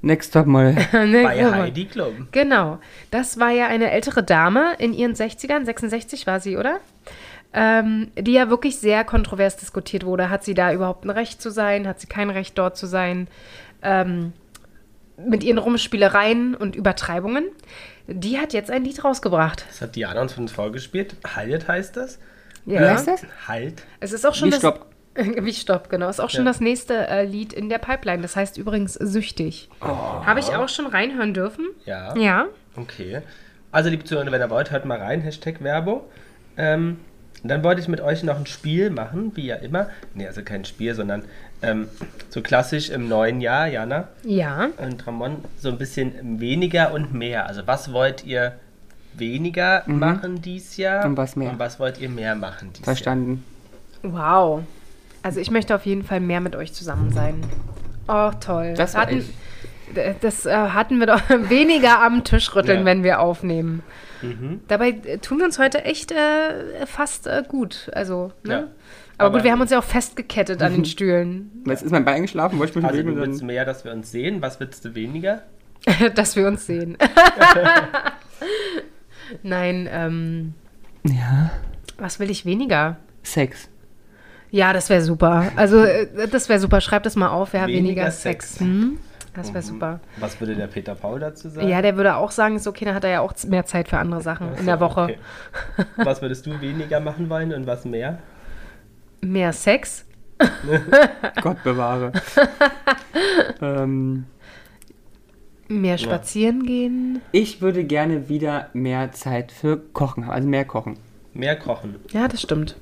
Next Top
<laughs>
Model.
<laughs> Ne,
bei
guck mal.
Heidi Klum.
Genau. Das war ja eine ältere Dame in ihren 60ern, 66 war sie, oder? Ähm, die ja wirklich sehr kontrovers diskutiert wurde. Hat sie da überhaupt ein Recht zu sein? Hat sie kein Recht dort zu sein? Ähm, mit ihren Rumspielereien und Übertreibungen. Die hat jetzt ein Lied rausgebracht.
Das hat Diana uns von vorgespielt. Halt heißt das.
Ja.
Wie heißt das?
Halt.
Es ist auch schon
Wie
das.
Stopp.
<laughs> Wie Stopp, genau. Ist auch schon
Ja.
das nächste äh, Lied in der Pipeline. Das heißt übrigens süchtig. Habe ich auch schon reinhören dürfen?
Ja.
Ja.
Okay. Also, liebe Zuhörer, wenn ihr wollt, hört mal rein. Hashtag Werbung. Ähm, dann wollte ich mit euch noch ein Spiel machen, wie ja immer. Nee, also kein Spiel, sondern ähm, so klassisch im neuen Jahr, Jana
Ja.
und Ramon, so ein bisschen weniger und mehr. Also, was wollt ihr weniger machen dies Jahr?
Mhm. Und was mehr.
Und was wollt ihr mehr machen dies
Verstanden.
Wow. Also ich möchte auf jeden Fall mehr mit euch zusammen sein. Oh, toll.
Das war
hatten,
ich.
d- das äh, hatten wir doch <laughs> weniger am Tisch rütteln,
Ja.
wenn wir aufnehmen. Dabei äh, tun wir uns heute echt äh, fast äh, gut. Also, ne?
Ja.
Aber,
Aber-
gut, wir haben uns ja auch festgekettet an den Stühlen, <laughs>
Jetzt ist mein Bein geschlafen, wollte ich
Jahr?
mich
Also,
bewegen
du
und
willst
dann.
mehr, dass wir uns sehen. Was willst du weniger?
dass wir uns sehen. Nein, ähm,
Ja.
was will ich weniger?
Sex.
Ja, das wäre super. Also, äh, das wäre super. Schreib das mal auf. Ja, weniger,
Weniger
Sex.
Sex.
Hm? Das wäre super.
Was würde der Peter Paul dazu sagen?
Ja, der würde auch sagen, ist okay, dann hat er ja auch z- mehr Zeit für andere Sachen in der Woche.
Okay. Was würdest du weniger machen wollen und was mehr?
Mehr Sex?
Gott
<laughs>
bewahre. ähm,
Mehr spazieren gehen?
ich würde gerne wieder mehr Zeit für Kochen haben, also mehr kochen.
Mehr kochen.
Ja, das stimmt.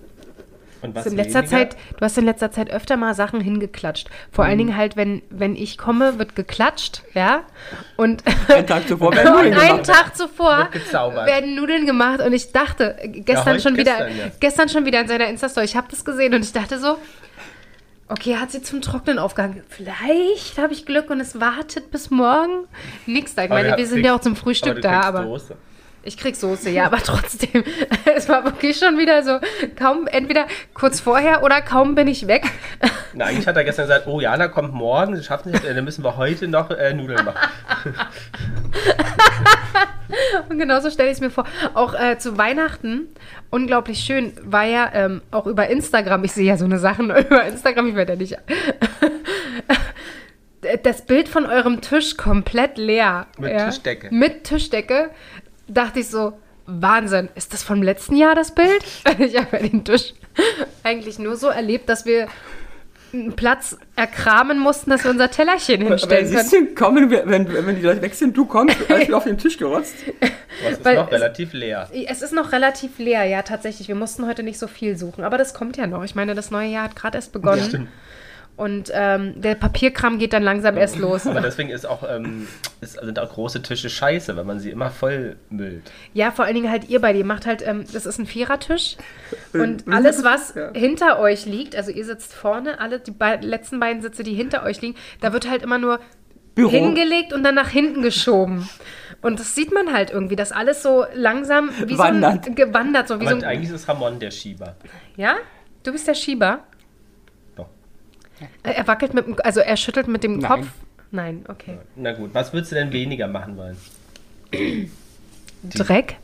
Und was
Also in letzter
weniger? Hm.
Zeit, du hast in letzter Zeit öfter mal Sachen hingeklatscht. Vor allen Dingen halt, wenn, wenn ich komme, wird geklatscht, ja? Und,
Einen Tag zuvor
und
werden Nudeln
einen
gemacht.
Tag zuvor
Wird gezaubert.
werden Nudeln gemacht und ich dachte, äh, gestern
heute
schon wieder,
gestern, ja.
gestern schon wieder in seiner Insta-Story, ich habe das gesehen und ich dachte so, Okay, hat sie zum Trocknen aufgehangen. Vielleicht habe ich Glück und es wartet bis morgen. Nix da. Ich
Aber
meine,
ihr
wir
habt
sind ja
nichts.
auch zum
Aber
Frühstück
du
da,
kriegst
aber
Soße.
Ich krieg Soße, ja, aber <laughs> trotzdem. Es war wirklich schon wieder so, kaum, entweder kurz vorher oder kaum bin ich weg.
Na, eigentlich hat er gestern gesagt, oh Jana kommt morgen, sie schafft nicht, äh, dann müssen wir heute noch äh, Nudeln machen.
Und <laughs> genauso stelle ich es mir vor. Auch äh, zu Weihnachten, unglaublich schön, war ja ähm, auch über Instagram, ich sehe ja so eine Sachen <laughs> über Instagram, ich werde ja nicht. <laughs> Das Bild von eurem Tisch komplett leer.
Mit
ja,
Tischdecke.
Mit Tischdecke. Dachte ich so, Wahnsinn, ist das vom letzten Jahr das Bild?
<laughs>
Ich habe ja den Tisch eigentlich nur so erlebt, dass wir einen Platz erkramen mussten, dass wir unser Tellerchen
Weil
hinstellen
siehst
können.
du, kommen, wir- wenn, wenn die Leute weg sind, du kommst, als
<laughs>
wir auf den Tisch gerotzt.
Was ist
Weil
noch
es-
relativ leer.
Es ist noch relativ leer, ja, tatsächlich. Wir mussten heute nicht so viel suchen, aber das kommt ja noch. Ich meine, das neue Jahr hat gerade erst begonnen. und ähm, der Papierkram geht dann langsam erst los.
Aber deswegen ist auch, ähm, ist, sind auch große Tische scheiße, weil man sie immer voll müllt.
Ja, vor allen Dingen halt ihr beide. Ihr macht halt, ähm, das ist ein Vierertisch. Und
<laughs>
alles, was
Äh, Ja.
hinter euch liegt, also ihr sitzt vorne, alle die bei- letzten beiden Sitze, die hinter euch liegen, da wird halt immer nur
Büro.
hingelegt und dann nach hinten geschoben. Und das sieht man halt irgendwie, dass alles so langsam wie so ein,
Wandert.
gewandert, so wie
Aber
so ein,
eigentlich ist Ramon der Schieber.
Ja? Du bist der Schieber.
Doch.
Äh, Er wackelt mit dem, also er schüttelt mit dem
Nein.
Kopf. Nein, okay.
Na gut, was würdest du denn weniger machen wollen?
Dreck?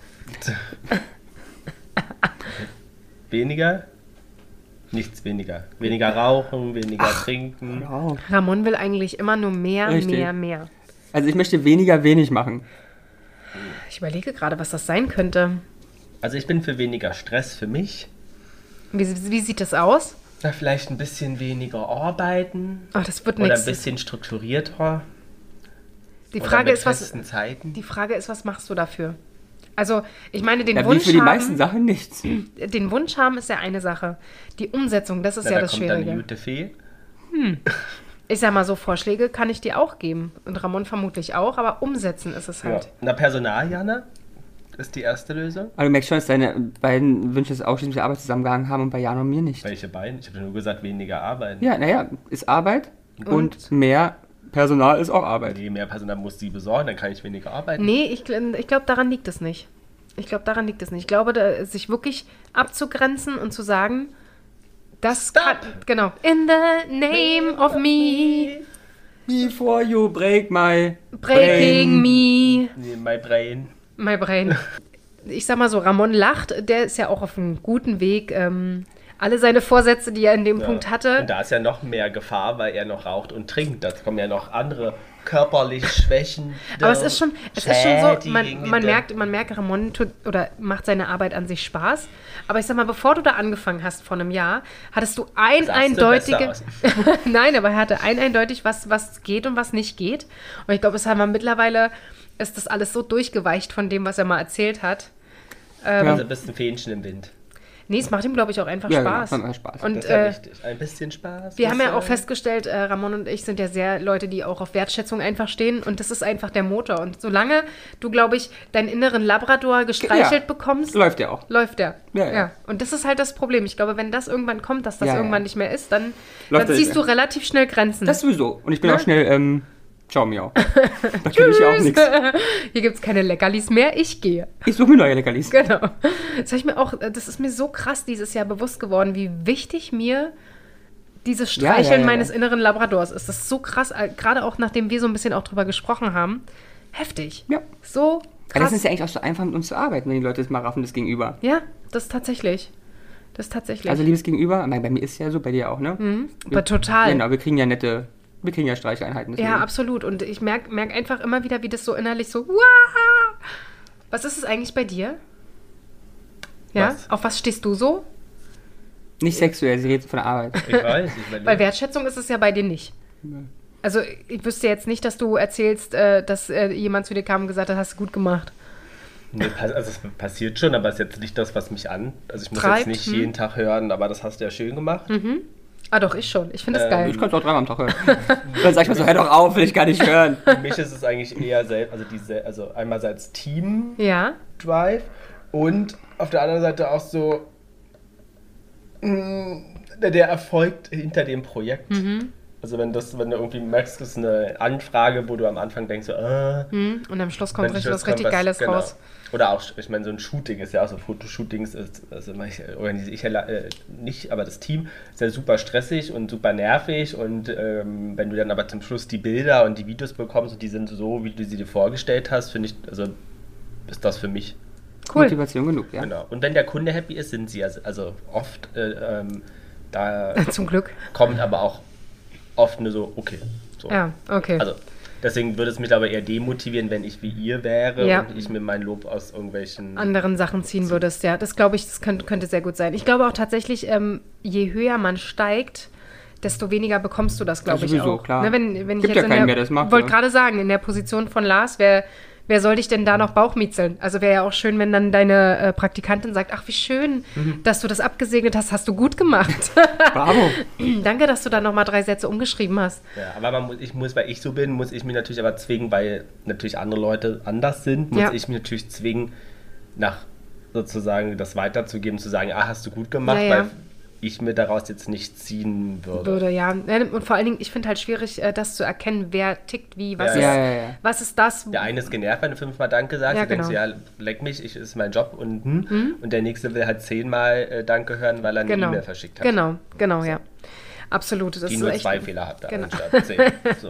Weniger? Nichts weniger. Weniger rauchen, weniger trinken.
Wow.
Ramon will eigentlich immer nur mehr,
Richtig.
mehr, mehr.
Also ich möchte weniger wenig machen.
Ich überlege gerade, was das sein könnte.
Also ich bin für weniger Stress für mich.
Wie, wie sieht das aus?
Na, vielleicht ein bisschen weniger arbeiten.
Oh, das wird
Oder ein
nichts.
bisschen strukturierter.
Die
oder
Frage
mit
ist, was
festen Zeiten.
die Frage ist, was machst du dafür? Also, ich meine, den
Ja, wie
Wunsch
für die
haben,
meisten Sachen nichts.
den Wunsch haben ist ja eine Sache. Die Umsetzung, das ist
Na,
ja
da
das
kommt dann eine
Schwierige.
gute Fee.
Ich sag mal so, Vorschläge kann ich dir auch geben und Ramon vermutlich auch, aber umsetzen ist es
Ja.
halt.
Na, Personal, Jana, ist die erste Lösung.
Aber du merkst schon, dass deine beiden Wünsche es ausschließlich mit der Arbeit zusammengehangen haben und bei Jan und mir nicht.
Welche beiden? Ich habe nur gesagt, weniger arbeiten.
Ja, naja, ist Arbeit und, mehr Personal ist auch Arbeit.
Je mehr Personal muss sie besorgen, dann kann ich weniger arbeiten.
Nee, ich, gl- ich glaube, daran liegt es nicht. Ich glaube, daran liegt es nicht. Ich glaube, da, sich wirklich abzugrenzen und zu sagen, das
Stop!
kann, genau. In the name of me,
Before you break my
breaking me,
Nee, my brain.
my brain. Ich sag mal so, Ramon lacht, der ist ja auch auf einem guten Weg. Ähm, alle seine Vorsätze, die er in dem Punkt hatte,
Und da ist ja noch mehr Gefahr, weil er noch raucht und trinkt. Da kommen ja noch andere körperlich Schwächen.
Aber es ist schon, es ist schon so, man, man merkt, man merkt, Ramon tut oder macht seine Arbeit an sich Spaß. Aber ich sag mal, bevor du da angefangen hast vor einem Jahr, hattest du ein
Sahst du besser
eindeutige.
aus.
<laughs> Nein, aber er hatte ein eindeutig, was, was geht und was nicht geht. Und ich glaube, es haben wir mittlerweile, ist das alles so durchgeweicht von dem, was er mal erzählt hat.
Also ein bisschen Fähnchen im Wind.
Nee, es macht ihm, glaube ich, auch einfach
Ja, genau,
Spaß.
macht einfach Spaß.
Und
Das ist ja
äh,
wichtig. Ein bisschen Spaß.
Wir haben ja
bisschen-
auch festgestellt, äh, Ramon und ich sind ja sehr Leute, die auch auf Wertschätzung einfach stehen und das ist einfach der Motor. Und solange du, glaube ich, deinen inneren Labrador gestreichelt
Ja.
bekommst,
Läuft ja auch.
läuft der.
Ja, ja.
Und das ist halt das Problem. Ich glaube, wenn das irgendwann kommt, dass das
Ja, ja.
irgendwann nicht mehr ist, dann, dann
Läuft er
ziehst
nicht
du relativ schnell Grenzen.
Das sowieso. Und ich bin auch schnell, ähm, ciao <laughs> miau. Da kriege ich ja auch
Tschüss.
nichts.
<laughs> Hier gibt es keine Leckerlis mehr, ich gehe.
Ich suche mir neue Leckerlis.
Genau. Das, hab ich mir auch, das ist mir so krass dieses Jahr bewusst geworden, wie wichtig mir dieses
Ja, ja,
Streicheln
ja, ja.
meines inneren Labradors ist. Das ist so krass, äh, gerade auch nachdem wir so ein bisschen auch drüber gesprochen haben. Heftig.
Ja.
So
Aber
krass.
das ist ja eigentlich auch so einfach, mit uns zu arbeiten, wenn die Leute es mal raffen, das Gegenüber.
ja, das tatsächlich. Das tatsächlich. Mhm.
Also liebes Gegenüber, ich meine, bei mir ist ja so, bei dir auch, ne?
Aber total.
Genau, wir kriegen ja nette, wir kriegen ja Streicheinheiten.
Ja,
deswegen.
absolut. Und ich merke merk einfach immer wieder, wie das so innerlich so. Wah! Was ist es eigentlich bei dir? Ja?
Was?
Auf was stehst du so?
Nicht sexuell, sie redet von der Arbeit.
Ich weiß, ich überlege.
Bei Wertschätzung ist es ja bei dir nicht. Also ich wüsste jetzt nicht, dass du erzählst, äh, dass äh, jemand zu dir kam und gesagt hat, hast du gut gemacht.
Nee, pass- also es passiert schon, aber es ist jetzt nicht das, was mich an. Also ich muss
Treibt,
jetzt nicht
hm.
jeden Tag hören, aber das hast du ja schön gemacht.
Ah doch, ich schon. Ich finde das
Ähm,
geil.
Ich könnte es auch dreimal am Tag <laughs> hören. Dann sag ich mal so, hör doch auf, will ich gar nicht hören.
Für mich ist es eigentlich eher selbst, also diese, also einerseits Team
Ja,
Drive und auf der anderen Seite auch so mm,
Mhm.
mh, der Erfolg hinter dem Projekt. Also wenn das, wenn du irgendwie merkst, das ist eine Anfrage, wo du am Anfang denkst, so, äh,
Hm, Und am Schluss kommt
wenn
richtig
Schluss
was richtig
kommt,
Geiles
genau.
raus.
Oder auch, ich meine, so ein Shooting ist ja auch so, Fotoshootings ist, also ich, organisiere ich ja la- äh, nicht, aber das Team ist ja super stressig und super nervig und ähm, wenn du dann aber zum Schluss die Bilder und die Videos bekommst und die sind so, wie du sie dir vorgestellt hast, finde ich, also ist das für mich
Cool.
Motivation genug, ja.
Genau. Und wenn der Kunde happy ist, sind sie also, also oft äh, ähm,
<laughs>
da
Zum Glück.
kommt aber auch oft nur so okay. So.
Ja, okay.
Also deswegen würde es mich aber eher demotivieren, wenn ich wie ihr wäre
Ja.
und ich mir mein Lob aus irgendwelchen
anderen Sachen ziehen würdest. Ja, das glaube ich, das könnte, könnte sehr gut sein. Ich glaube auch tatsächlich, ähm, je höher man steigt, desto weniger bekommst du das, glaube
Ja,
ich
sowieso,
auch.
klar.
Ne, wenn, wenn
Gibt
ich
ja
jetzt in
keinen,
der,
der das macht,
Wollte
ne?
gerade sagen, in der Position von Lars, wer, wer soll dich denn da noch Bauchmitzeln? Also wäre ja auch schön, wenn dann deine äh, Praktikantin sagt, ach wie schön,
Mhm.
dass du das abgesegnet hast, hast du gut gemacht. <laughs>
Bravo.
Danke, dass du da nochmal drei Sätze umgeschrieben hast.
Ja, aber man muss, ich muss, weil ich so bin, muss ich mich natürlich aber zwingen, weil natürlich andere Leute anders sind, muss
Ja.
ich mich natürlich zwingen, nach sozusagen das weiterzugeben, zu sagen, ah, hast du gut gemacht,
Ja, ja.
weil ich mir daraus jetzt nicht ziehen würde.
Würde, ja. Und vor allen Dingen, ich finde halt schwierig, äh, das zu erkennen, wer tickt wie, was, ist,
Ja,
ja, ja, ja.
was ist das,
Der eine ist genervt, wenn du fünfmal Danke sagst,
Ja,
dann denkst du,
genau. Mhm.
ja, leck mich, ich ist mein Job und hm. Und der nächste will halt zehnmal äh, Danke hören, weil er eine E-Mail verschickt hat.
Genau, genau, ja. Absolut. Das
Die
ist
nur
echt,
zwei Fehler hat,
Genau.
anstatt zehn.
<laughs>
So.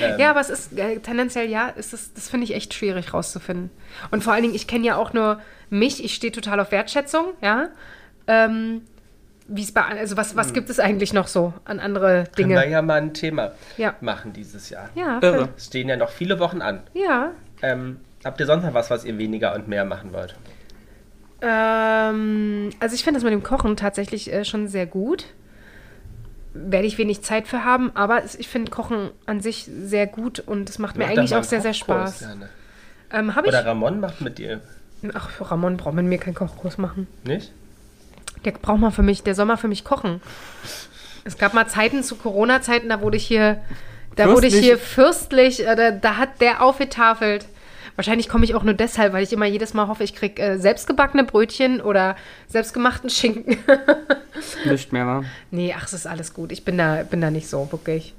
Ähm,
Ja, aber es ist äh, tendenziell ja, ist es, das finde ich echt schwierig rauszufinden. Und vor allen Dingen, ich kenne ja auch nur mich, ich stehe total auf Wertschätzung, ja. Ähm, wie es bei, an- also was,
Hm.
was gibt es eigentlich noch so an andere
können wir
Dinge?
ja mal ein Thema
Ja.
machen dieses Jahr.
Ja,
Irre.
Es stehen ja noch viele Wochen an.
ja.
Ähm, habt ihr sonst noch was, was ihr weniger und mehr machen wollt?
Ähm, also ich finde das mit dem Kochen tatsächlich äh, schon sehr gut. Werde ich wenig Zeit für haben, aber es- ich finde Kochen an sich sehr gut und es macht mir
Macht doch
eigentlich
mal
auch sehr, sehr
einen Kochkurs,
Spaß.
ja, ne?
Ähm, Habe ich
Oder Ramon macht mit dir,
Ach, für Ramon braucht man mir keinen Kochkurs machen.
nicht?
Der braucht mal für mich, der soll mal für mich kochen. Es gab mal Zeiten zu Corona-Zeiten, da wurde ich hier, da wurde ich
Fürstlich.
hier fürstlich, äh, da, da hat der aufgetafelt. Wahrscheinlich komme ich auch nur deshalb, weil ich immer jedes Mal hoffe, ich kriege äh, selbstgebackene Brötchen oder selbstgemachten Schinken. <laughs>
Nicht mehr, wa?
nee, ach, es ist alles gut. Ich bin da, bin da nicht so, wirklich.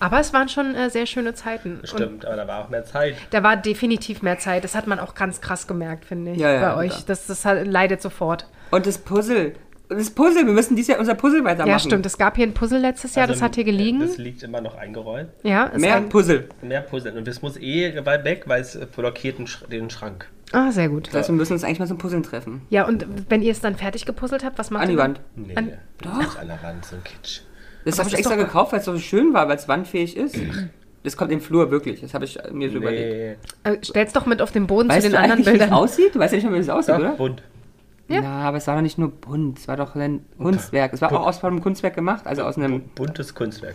Aber es waren schon äh, sehr schöne Zeiten. Und
Stimmt, aber da war auch mehr Zeit.
da war definitiv mehr Zeit. Das hat man auch ganz krass gemerkt, finde ich,
Ja, ja,
bei
ja.
euch. Das, das hat, leidet sofort.
Und das Puzzle. Und Das Puzzle, wir müssen dieses Jahr unser Puzzle weitermachen.
Ja, stimmt. Es gab hier ein Puzzle letztes Jahr, das
Also,
hat hier gelegen.
Das liegt immer noch eingerollt.
ja, ist
Mehr
ein,
Puzzle.
Mehr Puzzle. Und das muss eh weit weg, weil es blockiert den Sch- den Schrank.
Ah, sehr gut.
Das heißt, wir müssen uns eigentlich mal zum Puzzeln treffen.
Ja, und wenn ihr es dann fertig gepuzzelt habt, was macht
An die
ihr? dann?
Wand.
Nee,
An-
doch. nicht an der Wand, so ein Kitsch.
Das habe ich
das ist
extra
doch-
gekauft, weil es so schön war, weil es wandfähig ist. Das kommt im Flur, wirklich. Das habe ich mir so überlegt.
Nee,
Äh, Stell's doch mit auf den Boden
Weißt
zu
du
den anderen
eigentlich, wie es
Bildern.
aussieht? Du weißt ja nicht, mal, wie es aussieht,
doch,
oder?
bunt.
Ja.
Na, aber es war doch nicht nur bunt. Es war doch ein Kunstwerk. Es war auch aus einem Kunstwerk gemacht, also aus einem...
Buntes Kunstwerk.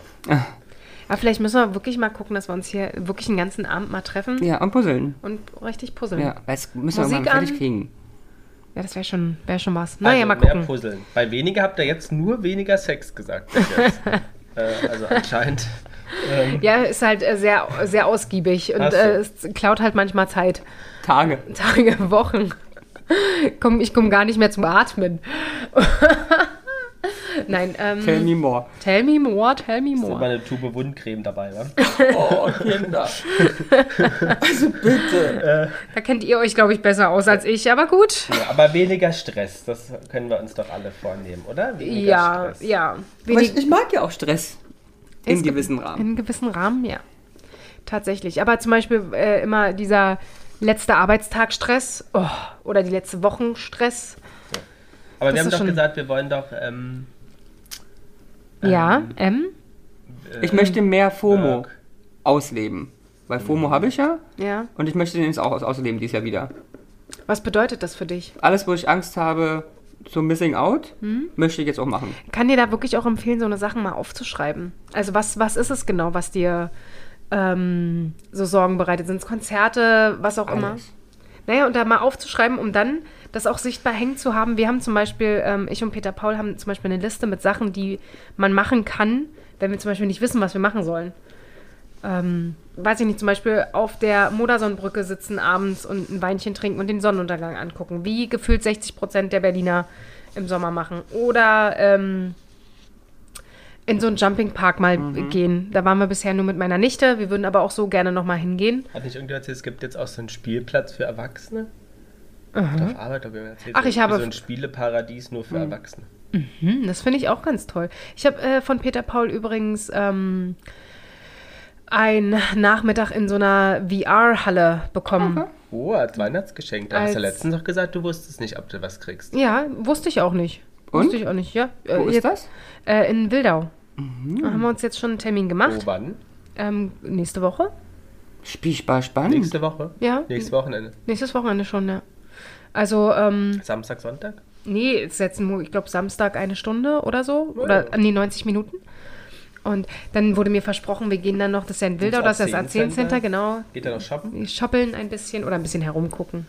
Aber vielleicht müssen wir wirklich mal gucken, dass wir uns hier wirklich einen ganzen Abend mal treffen
Ja, und Puzzeln.
und richtig puzzeln. Ja,
Ja, weil es müssen wir
Mhm. Musik
mal fertig
an.
kriegen.
das wäre schon, wär schon was. Naja,
also
mal
Mehr
gucken.
Puzzeln. Bei weniger habt ihr jetzt nur weniger Sex gesagt. bis jetzt.
<laughs>
äh, also anscheinend. Ähm,
Ja, ist halt äh, sehr, sehr ausgiebig und
Hast du.
äh, es klaut halt manchmal Zeit. <laughs>
Tage.
Mhm. Tage, Wochen. Komm, ich komme gar nicht mehr zum Atmen. <laughs> Nein, ähm,
Tell me more.
tell me more, tell me
ist immer
more.
eine Tube Wundcreme dabei, wa?
Oh, Kinder. also bitte.
Da kennt ihr euch, glaube ich, besser aus als ich, aber gut.
Ja, aber weniger Stress, das können wir uns doch alle vornehmen, oder? Weniger
Ja,
Stress.
ja.
<laughs> Aber
Wenig,
ich, ich mag ja auch Stress. In
Es gibt-
gewissen Rahmen.
in einem gewissen Rahmen, ja. Tatsächlich. Aber zum Beispiel äh, immer dieser letzte Arbeitstag-Stress oh, oder die letzte Wochen-Stress.
Aber
Das
wir haben
ist
doch
schon-
gesagt, wir wollen doch ähm,
Ähm.
Ja, M.
Ich möchte mehr FOMO
Berg.
ausleben. Weil FOMO
Mhm.
habe ich ja.
Ja.
Und ich möchte den jetzt auch aus- ausleben dieses Jahr wieder.
Was bedeutet das für dich?
Alles, wo ich Angst habe zu Missing Out,
Hm?
möchte ich jetzt auch machen.
Kann dir da wirklich auch empfehlen, so eine Sachen mal aufzuschreiben? Also was, was ist es genau, was dir ähm, so Sorgen bereitet? Sind es Konzerte, was auch immer?
Alles.
Naja, und da mal aufzuschreiben, um dann das auch sichtbar hängen zu haben. Wir haben zum Beispiel, ähm, ich und Peter Paul haben zum Beispiel eine Liste mit Sachen, die man machen kann, wenn wir zum Beispiel nicht wissen, was wir machen sollen. Ähm, weiß ich nicht, zum Beispiel auf der Modersonnenbrücke sitzen abends und ein Weinchen trinken und den Sonnenuntergang angucken, wie gefühlt 60 Prozent der Berliner im Sommer machen. Oder ähm, in so einen Jumping Park mal
Mhm.
gehen. Da waren wir bisher nur mit meiner Nichte. Wir würden aber auch so gerne nochmal hingehen.
Hat nicht irgendjemand erzählt, es gibt jetzt auch so einen Spielplatz für Erwachsene? Auf Arbeit habe ich mir erzählt.
Mhm. Ach, ich habe- Mhm.
So ein Spieleparadies nur für Erwachsene.
Hm, das finde ich auch ganz toll. Ich habe äh, von Peter Paul übrigens ähm, einen Nachmittag in so einer VR-Halle bekommen.
Oh, als Weihnachtsgeschenk. Da hast du
Mhm. Als-
letztens noch gesagt, du wusstest nicht, ob du was kriegst.
Ja, wusste ich auch nicht.
Und?
Wusste ich auch nicht, ja. Äh,
Wo ist
jetzt-
das? Mhm.
Äh, in Wildau. Da haben wir uns jetzt schon einen Termin
Oh,
gemacht.
wann?
Ähm, nächste Woche?
Spielbar spannend.
Nächste Woche?
Ja.
Nächstes Wochenende.
Nächstes Wochenende schon, ja. Also, ähm,
Samstag, Sonntag?
nee, jetzt setzen wir, ich glaube, Samstag eine Stunde oder so. Oder, ah, nee, 90 Minuten. Und dann wurde mir versprochen, wir gehen dann noch, das ist ja in Wildau,
Ins
das ist das
Arzen-Center.
Arzen-Center, genau.
Geht er noch shoppen?
Shoppeln ein bisschen oder ein bisschen herumgucken.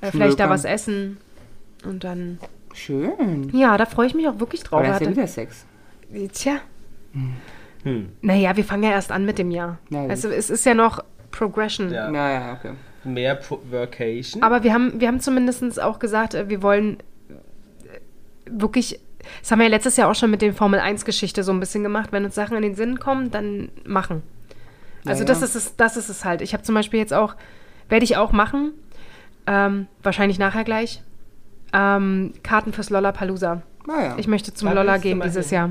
Äh, vielleicht da
Schmökern.
was essen. Und dann,
Schön.
ja, da freue ich mich auch wirklich drauf.
Aber das ist ja
Hatte-
wieder Sex.
Tja. Naja, wir fangen ja erst an mit dem Jahr.
Na gut.
also es ist ja noch Progression.
Ja.
Naja, okay.
Mehr po Workation.
Aber wir haben, wir haben zumindest auch gesagt, äh, wir wollen äh, wirklich, das haben wir ja letztes Jahr auch schon mit den Formel-1-Geschichte so ein bisschen gemacht, wenn uns Sachen in den Sinn kommen, dann machen. Also
Ja,
das,
ja.
Ist es, das ist es halt. Ich habe zum Beispiel jetzt auch, werde ich auch machen, ähm, wahrscheinlich nachher gleich, ähm, Karten fürs Lollapalooza.
Naja.
Ich möchte zum
Da
Lolla
willst du
gehen
mal
dieses
hin.
Jahr.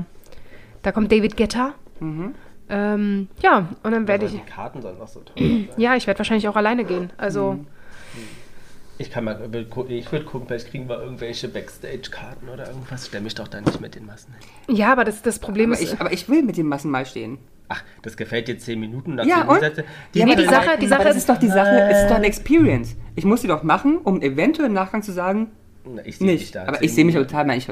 Da kommt David Guetta.
Mhm.
Ähm, ja, und dann werde
Also
ich,
die Karten sollen auch so toll sein.
ja, ich werde wahrscheinlich auch alleine gehen. Also...
Mhm.
Ich kann mal, ich würde gucken, vielleicht kriegen wir irgendwelche Backstage-Karten oder irgendwas. Stell mich doch da nicht mit den Massen hin.
Ja, aber das, das Problem
aber,
ist.
ich, aber ich will mit den Massen mal stehen.
Ach, das gefällt dir 10 Minuten.
Ja, und?
Die
Nee,
nee,
die
die
Sache- die Sache-
aber das ist doch die Sache, es ist doch eine Experience. Ich muss sie doch machen, um eventuell im Nachgang zu sagen,
Ich sehe dich
nicht.
da.
Aber
zehn
ich sehe mich
Minuten.
total, mein, ich,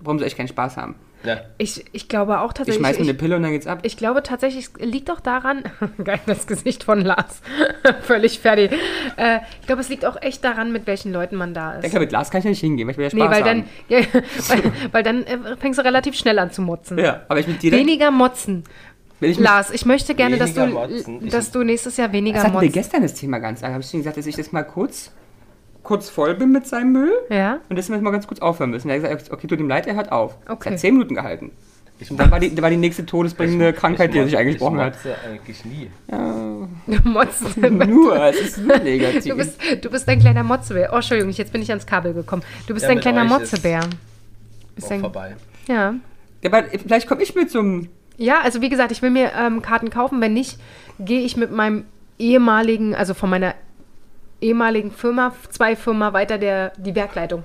warum soll ich keinen Spaß haben?
Ja.
ich, ich glaube auch
Ich
tatsächlich.
schmeiß mir
ich,
eine Pille und dann geht's ab.
ich glaube tatsächlich, es liegt auch daran. <laughs> Geil, das Gesicht von Lars. <laughs> Völlig fertig. Äh, ich glaube, es liegt auch echt daran, mit welchen Leuten man da
Ich
ist.
glaube, mit Glas kann ich ja nicht hingehen, weil ich will ja Spaß
Nee, weil dann,
haben.
<laughs> ja, weil, weil dann äh, fängst du relativ schnell an zu motzen.
Ja, aber ich mit direkt,
Weniger motzen.
wenn ich mit-
Lars, ich möchte gerne, dass du,
Weniger motzen. Ich-
dass du nächstes Jahr weniger
Das hatten wir
motzt.
gestern das Thema ganz lang. Habe ich schon gesagt, dass ich das mal kurz, kurz voll bin mit seinem Müll
Ja?
und dass wir das mal ganz kurz aufhören müssen. Er hat gesagt, okay, tut ihm leid, er hört auf.
Okay.
Das hat zehn Minuten gehalten.
Ich
Und dann war die, da war die nächste todesbringende Krankheit, die er sich eingesprochen
ich
hat.
motze eigentlich nie.
Motzen.
<laughs>
<laughs>
Nur, es ist nur negativ.
Du bist, du bist ein kleiner Motzebär. Oh, Entschuldigung, jetzt bin ich ans Kabel gekommen. Du bist
Ja,
ein
mit
kleiner
euch ist-
Motzebär. Bist
Auch
ein-
vorbei.
Ja.
ja, aber vielleicht komme ich mit zum...
Ja, also wie gesagt, ich will mir ähm, Karten kaufen. Wenn nicht, gehe ich mit meinem ehemaligen, also von meiner ehemaligen Firma, zwei Firma weiter, der, die <laughs> Werkleitung.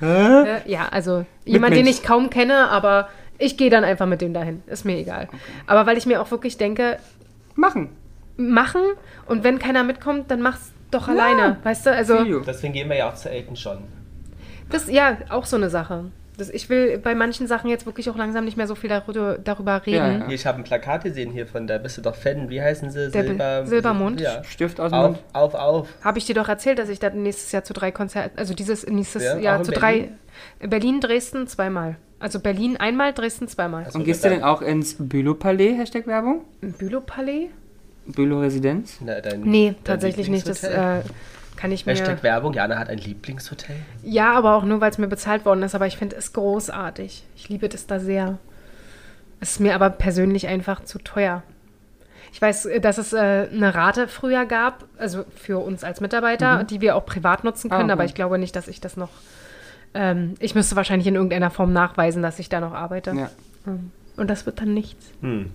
Äh, ja, also jemand, den
Mitmensch.
ich kaum kenne, aber ich gehe dann einfach mit dem dahin. Ist mir egal. Aber weil ich mir auch wirklich denke,
Machen.
machen und wenn keiner mitkommt, dann mach's doch alleine. Weißt du, also
Video.
Deswegen gehen wir ja auch zu Elton schon.
das ja auch so eine Sache. Das, ich will bei manchen Sachen jetzt wirklich auch langsam nicht mehr so viel darüber, darüber reden.
Ja, ja.
Hier, ich habe ein Plakat gesehen hier von der, bist du doch Fan, wie heißen sie?
Der Bil- Silbermond?
Ja.
Stift aus dem
Auf,
Mund.
auf, auf.
Habe ich dir doch erzählt, dass ich dann nächstes Jahr zu drei Konzerten, also dieses nächstes
Ja, auch
Jahr
in
zu
Berlin?
drei Berlin, Dresden zweimal. Also Berlin einmal, Dresden zweimal.
Also-
Und gehst du denn auch ins Bülow-Palais, Hashtag Werbung?
Im Bülowpalais?
Bülow-Residenz?
Na, dein,
Nee,
dein
tatsächlich nicht. Das
Lieblingshotel?
äh, kann ich mir.
Hashtag Werbung, Jana hat ein Lieblingshotel.
Ja, aber auch nur, weil es mir bezahlt worden ist. Aber ich finde es großartig. Ich liebe das da sehr. Es ist mir aber persönlich einfach zu teuer. Ich weiß, dass es äh, eine Rate früher gab, also für uns als Mitarbeiter, die wir auch privat nutzen
Mhm. Ah,
können. Aber
okay.
ich glaube nicht, dass ich das noch. Ähm, ich müsste wahrscheinlich in irgendeiner Form nachweisen, dass ich da noch arbeite.
Ja.
Und das wird dann nichts.
Hm.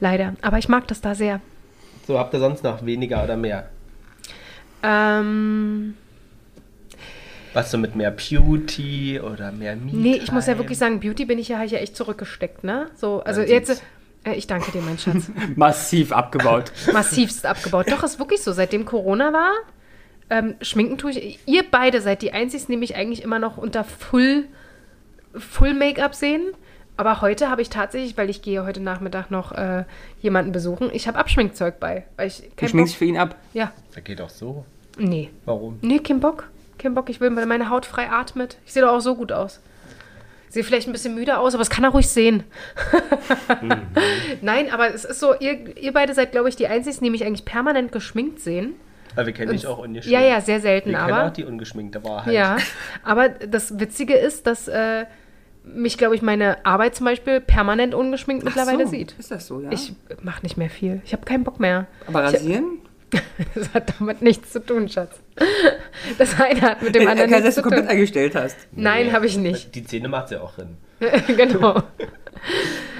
Leider. Aber ich mag das da sehr.
So, habt ihr sonst noch weniger oder mehr?
Ähm,
Was so mit mehr Beauty oder mehr Me
Nee, ich muss ja wirklich sagen, Beauty bin ich ja, hab ich ja echt zurückgesteckt, ne? So, also
Man
jetzt.
sieht's.
Äh, ich danke dir, mein Schatz.
Massiv abgebaut.
Massivst abgebaut. Doch, ist wirklich so. Seitdem Corona war, ähm, schminken tue ich. Ihr beide seid die einzigen, die mich eigentlich immer noch unter Full, Full Make-up sehen. Aber heute habe ich tatsächlich, weil ich gehe heute Nachmittag noch äh, jemanden besuchen, ich habe Abschminkzeug bei. Weil ich
<laughs> Du
kein
schminkst
Bock,
dich für ihn ab.
Ja,
Das geht auch so.
nee.
Warum?
Nee, kein Bock. Kein Bock. Ich will, weil meine Haut frei atmet. Ich sehe doch auch so gut aus. Sehe vielleicht ein bisschen müde aus, aber es kann er ruhig sehen.
Mhm.
<laughs> Nein, aber es ist so, ihr, ihr beide seid, glaube ich, die Einzigen, die mich eigentlich permanent geschminkt sehen.
Aber wir kennen dich auch ungeschminkt.
Ja, ja, sehr selten,
Wir kennen auch
aber.
die ungeschminkte Wahrheit.
Ja, aber das Witzige ist, dass äh, mich, glaube ich, meine Arbeit zum Beispiel permanent ungeschminkt
Ach
mittlerweile
so,
sieht.
Ist das so, ja?
Ich mache nicht mehr viel. Ich habe keinen Bock mehr. <laughs>
Aber
ich,
rasieren?
Das hat damit nichts zu tun, Schatz. Das eine hat mit dem
Äh,
anderen
Erklär,
nichts
dass
zu
du komplett
tun.
eingestellt hast.
Nein, habe ich
<laughs>
nicht.
Die Zähne macht ja auch hin.
genau.